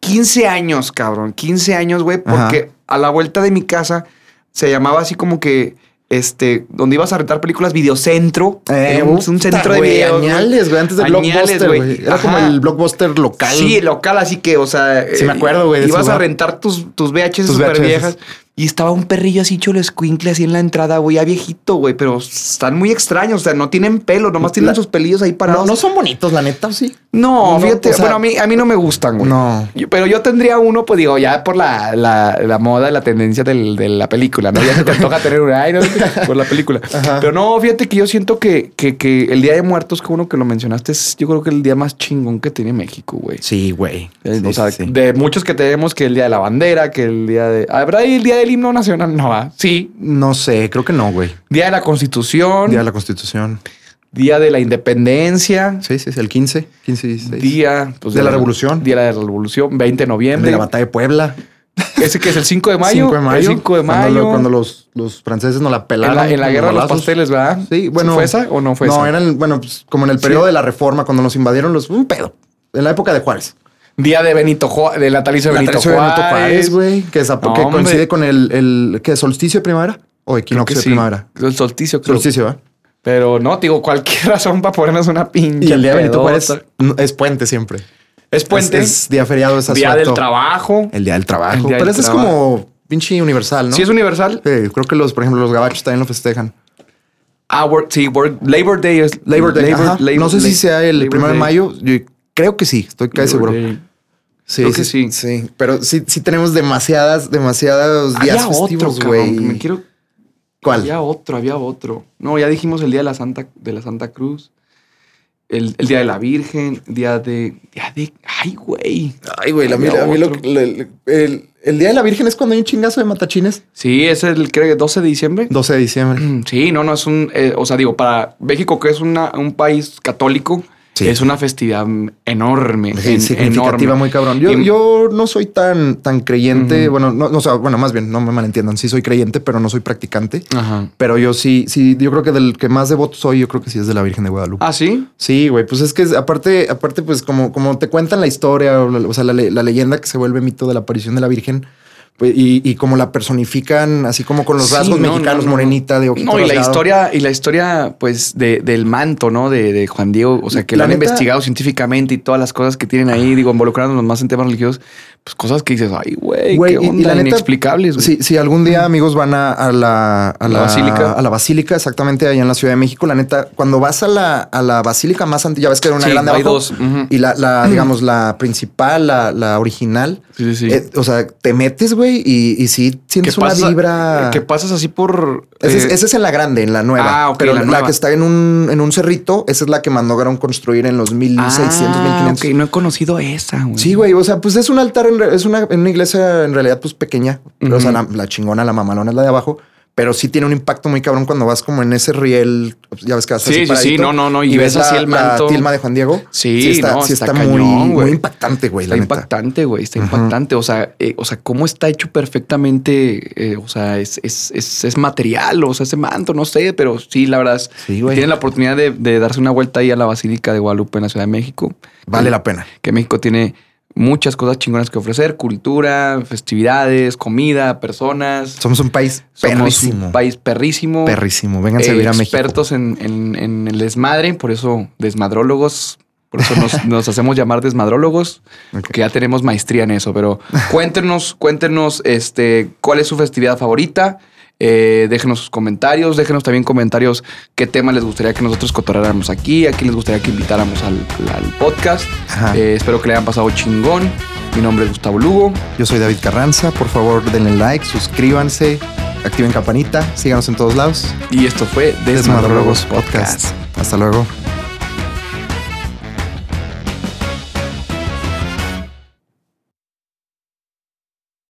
Speaker 1: 15 años, cabrón, 15 años, güey, porque a la vuelta de mi casa se llamaba así como que, este, donde ibas a rentar películas, videocentro,
Speaker 2: Eh,
Speaker 1: era un,
Speaker 2: puta,
Speaker 1: un centro de
Speaker 2: güey,
Speaker 1: videos, güey.
Speaker 2: Añales, güey, antes de
Speaker 1: Añales,
Speaker 2: Blockbuster,
Speaker 1: güey.
Speaker 2: güey. Era como
Speaker 1: Ajá.
Speaker 2: el Blockbuster local.
Speaker 1: Sí, local, así que, o sea.
Speaker 2: Sí, me acuerdo, güey, de
Speaker 1: Ibas
Speaker 2: ese
Speaker 1: a
Speaker 2: lugar.
Speaker 1: rentar tus, tus VHS
Speaker 2: Tus
Speaker 1: super
Speaker 2: VHS.
Speaker 1: viejas. Y estaba un perrillo así cholo escuincle así en la entrada, güey, ya viejito, güey, pero están muy extraños, o sea, no tienen pelo, nomás tienen
Speaker 2: La-
Speaker 1: sus pelillos ahí
Speaker 2: No,
Speaker 1: parados.
Speaker 2: no son bonitos, la neta, ¿o sí.
Speaker 1: No,
Speaker 2: No,
Speaker 1: fíjate,
Speaker 2: o sea-
Speaker 1: bueno, a mí, a mí no me gustan, güey.
Speaker 2: No.
Speaker 1: Yo- Pero yo tendría uno, pues digo, ya por la, la, la moda, la tendencia del- de la película, ¿no? Ya se te antoja tener un ay, no, por la película.
Speaker 2: Ajá.
Speaker 1: Pero no, fíjate que yo siento que, que, que el Día de Muertos, que uno que lo mencionaste, es yo creo que el día más chingón que tiene México, güey.
Speaker 2: Sí, güey.
Speaker 1: Eh,
Speaker 2: Sí,
Speaker 1: o sea,
Speaker 2: sí, sí.
Speaker 1: de muchos que tenemos que el día de la bandera, que el día de. ¿Habrá el día del himno nacional? No, ¿ah? sí.
Speaker 2: No sé, creo que no, güey.
Speaker 1: Día de la constitución,
Speaker 2: Día
Speaker 1: día,
Speaker 2: de la Constitución.
Speaker 1: de la independencia,
Speaker 2: Sí, sí, es el 15, 15 y 16.
Speaker 1: día pues,
Speaker 2: De la revolución.
Speaker 1: Día de la revolución, 20 de
Speaker 2: El
Speaker 1: noviembre.
Speaker 2: de la batalla de Puebla.
Speaker 1: Ese que es el 5 de mayo.
Speaker 2: 5 de mayo.
Speaker 1: El 5 de mayo.
Speaker 2: Cuando, lo- cuando los, los franceses nos la
Speaker 1: en
Speaker 2: pelaron.
Speaker 1: la, en la
Speaker 2: con
Speaker 1: guerra de los
Speaker 2: balazos.
Speaker 1: pasteles, ¿verdad?
Speaker 2: Sí, bueno.
Speaker 1: ¿Fue esa o no fue esa?
Speaker 2: No, eran, bueno, pues, como en el periodo
Speaker 1: Sí.
Speaker 2: de la reforma, cuando nos invadieron los. Un pedo. En la época de Juárez.
Speaker 1: Día de Benito Juárez, de la taliza de
Speaker 2: La
Speaker 1: Benito
Speaker 2: traición de Benito
Speaker 1: Juárez.
Speaker 2: Juárez, güey. Que, esa-
Speaker 1: No,
Speaker 2: que
Speaker 1: hombre.
Speaker 2: coincide con el, el ¿qué? solsticio de primavera o
Speaker 1: Creo que
Speaker 2: equinoccio de
Speaker 1: sí.
Speaker 2: primavera.
Speaker 1: El solsticio, creo.
Speaker 2: Solsticio, ¿verdad?
Speaker 1: Pero no, te digo, cualquier razón para ponernos una pinche.
Speaker 2: Y el día de Benito
Speaker 1: pedota.
Speaker 2: Juárez no, es puente siempre.
Speaker 1: Es puente.
Speaker 2: Es, es día feriado, es
Speaker 1: Día del
Speaker 2: asueto.
Speaker 1: trabajo.
Speaker 2: El día del trabajo.
Speaker 1: El día del
Speaker 2: Pero ese es
Speaker 1: trabajo.
Speaker 2: como pinche universal, ¿no?
Speaker 1: Si es universal,
Speaker 2: Sí, creo que los, por ejemplo, los gabachos también lo festejan.
Speaker 1: ah, work- sí, work- Labor Day es
Speaker 2: Labor Day.
Speaker 1: Labor-
Speaker 2: ajá.
Speaker 1: Labor-
Speaker 2: no sé
Speaker 1: Labor-
Speaker 2: si sea el
Speaker 1: Labor
Speaker 2: primero de
Speaker 1: Day.
Speaker 2: mayo. Yo creo que sí, estoy casi
Speaker 1: Labor
Speaker 2: seguro.
Speaker 1: Day.
Speaker 2: Sí,
Speaker 1: Creo que sí.
Speaker 2: sí, sí. Pero sí, sí tenemos demasiadas, demasiados días
Speaker 1: Había otro,
Speaker 2: festivos,
Speaker 1: cabrón, que me
Speaker 2: güey.
Speaker 1: quiero-
Speaker 2: ¿Cuál?
Speaker 1: Había otro, había otro. No, ya dijimos el día de la Santa, de la Santa Cruz, el, el día de la Virgen, día de, día de, ay, güey.
Speaker 2: Ay, güey, la-
Speaker 1: Había
Speaker 2: mira, a mí lo-
Speaker 1: otro.
Speaker 2: la- la- el, el Día de la Virgen es cuando hay un chingazo de matachines. Mm,
Speaker 1: Sí, es el creo que 12 de diciembre.
Speaker 2: 12 de diciembre.
Speaker 1: Sí, no, no es un, eh, o sea, digo, para México que es una, un país católico,
Speaker 2: Sí.
Speaker 1: es una festividad enorme,
Speaker 2: Sí,
Speaker 1: en-
Speaker 2: significativa
Speaker 1: enorme.
Speaker 2: muy cabrón. Yo,
Speaker 1: Y-
Speaker 2: yo no soy tan, tan creyente.
Speaker 1: Ujú.
Speaker 2: Bueno, no, no, o sea, bueno, más bien, no me malentiendan. Sí soy creyente, pero no soy practicante.
Speaker 1: Ajá.
Speaker 2: Pero yo sí, sí, yo creo que del que más devoto soy, yo creo que sí es de la Virgen de Guadalupe.
Speaker 1: Ah, sí.
Speaker 2: Sí, güey, pues es que aparte, aparte, pues como, como te cuentan la historia, o, la- o sea, la, le- la leyenda que se vuelve mito de la aparición de la Virgen, pues, y, y como la personifican, así como con los
Speaker 1: Sí,
Speaker 2: rasgos
Speaker 1: no,
Speaker 2: mexicanos,
Speaker 1: no, no, no.
Speaker 2: morenita, de ojito
Speaker 1: No, y la
Speaker 2: rasgado.
Speaker 1: historia, y la historia, pues, de, del manto, ¿no? De, de Juan Diego, o sea, que lo
Speaker 2: La
Speaker 1: han
Speaker 2: neta-
Speaker 1: investigado científicamente y todas las cosas que tienen ahí, digo, involucrándonos más en temas religiosos, pues cosas que dices, ay, güey,
Speaker 2: Güey,
Speaker 1: qué
Speaker 2: y- y
Speaker 1: onda,
Speaker 2: la neta-
Speaker 1: inexplicables, güey.
Speaker 2: Si, si algún día amigos van a, a la, a
Speaker 1: La
Speaker 2: la,
Speaker 1: basílica.
Speaker 2: a la basílica, exactamente allá en la Ciudad de México, la neta, cuando vas a la, a la basílica más antigua, ya ves que era una
Speaker 1: Sí,
Speaker 2: grande
Speaker 1: hay
Speaker 2: abajo,
Speaker 1: dos, ujú.
Speaker 2: y la, la, digamos, la principal, la, la original,
Speaker 1: Sí, sí, sí.
Speaker 2: eh, o sea, te metes, güey, y, y sí
Speaker 1: que
Speaker 2: sientes una
Speaker 1: pasa-
Speaker 2: vibra...
Speaker 1: Que pasas así por...
Speaker 2: Esa es,
Speaker 1: eh,
Speaker 2: esa es en la grande, en la nueva.
Speaker 1: Ah, ok,
Speaker 2: Pero
Speaker 1: la
Speaker 2: la,
Speaker 1: nueva.
Speaker 2: que está en un, en un cerrito, esa es la que mandaron construir en los 1600,
Speaker 1: ah,
Speaker 2: 1500.
Speaker 1: ok, no he conocido esa, güey.
Speaker 2: Sí, güey. O sea, pues es un altar, en re- es una, en una iglesia en realidad, pues pequeña. Pero, O sea, la, la chingona, la mamalona es la de abajo. Pero sí tiene un impacto muy cabrón cuando vas como en ese riel. pues, Ya ves que vas
Speaker 1: Sí,
Speaker 2: así
Speaker 1: sí, sí,
Speaker 2: paradito,
Speaker 1: no, no, no, y ves así
Speaker 2: la-
Speaker 1: el
Speaker 2: la
Speaker 1: manto.
Speaker 2: tilma de Juan Diego.
Speaker 1: Sí,
Speaker 2: está,
Speaker 1: no,
Speaker 2: sí
Speaker 1: está
Speaker 2: está,
Speaker 1: cañón,
Speaker 2: muy,
Speaker 1: güey.
Speaker 2: muy impactante, güey.
Speaker 1: Está
Speaker 2: La neta.
Speaker 1: impactante, güey. Está impactante. O sea, eh, o sea, cómo está hecho perfectamente. eh, o sea, es, es, es, es material, o sea, ese manto, no sé, pero sí, la verdad. es-
Speaker 2: Sí, güey.
Speaker 1: Tienen la oportunidad de, de darse una vuelta ahí a la Basílica de Guadalupe en la Ciudad de México.
Speaker 2: Vale
Speaker 1: Que-
Speaker 2: la pena.
Speaker 1: Que México tiene muchas cosas chingonas que ofrecer: cultura, festividades, comida, personas.
Speaker 2: Somos un país
Speaker 1: Somos
Speaker 2: perrísimo.
Speaker 1: un país perrísimo.
Speaker 2: perrísimo. Vénganse a
Speaker 1: eh,
Speaker 2: vivir a México.
Speaker 1: expertos en, en- en el desmadre, por eso desmadrólogos, por eso nos, nos hacemos llamar desmadrólogos,
Speaker 2: Ok.
Speaker 1: porque ya tenemos maestría en eso. Pero cuéntenos, cuéntenos este, cuál es su festividad favorita. eh, déjenos sus comentarios, déjenos también comentarios qué tema les gustaría que nosotros cotorreáramos aquí, a quién les gustaría que invitáramos al, al podcast.
Speaker 2: Ajá.
Speaker 1: Eh, espero que le hayan pasado chingón. Mi nombre es Gustavo Lugo.
Speaker 2: Yo soy David Carranza. Por favor, denle like, suscríbanse, activen campanita, síganos en todos lados.
Speaker 1: Y esto fue
Speaker 2: Desmadrólogos
Speaker 1: Podcast.
Speaker 2: Podcast. Hasta luego.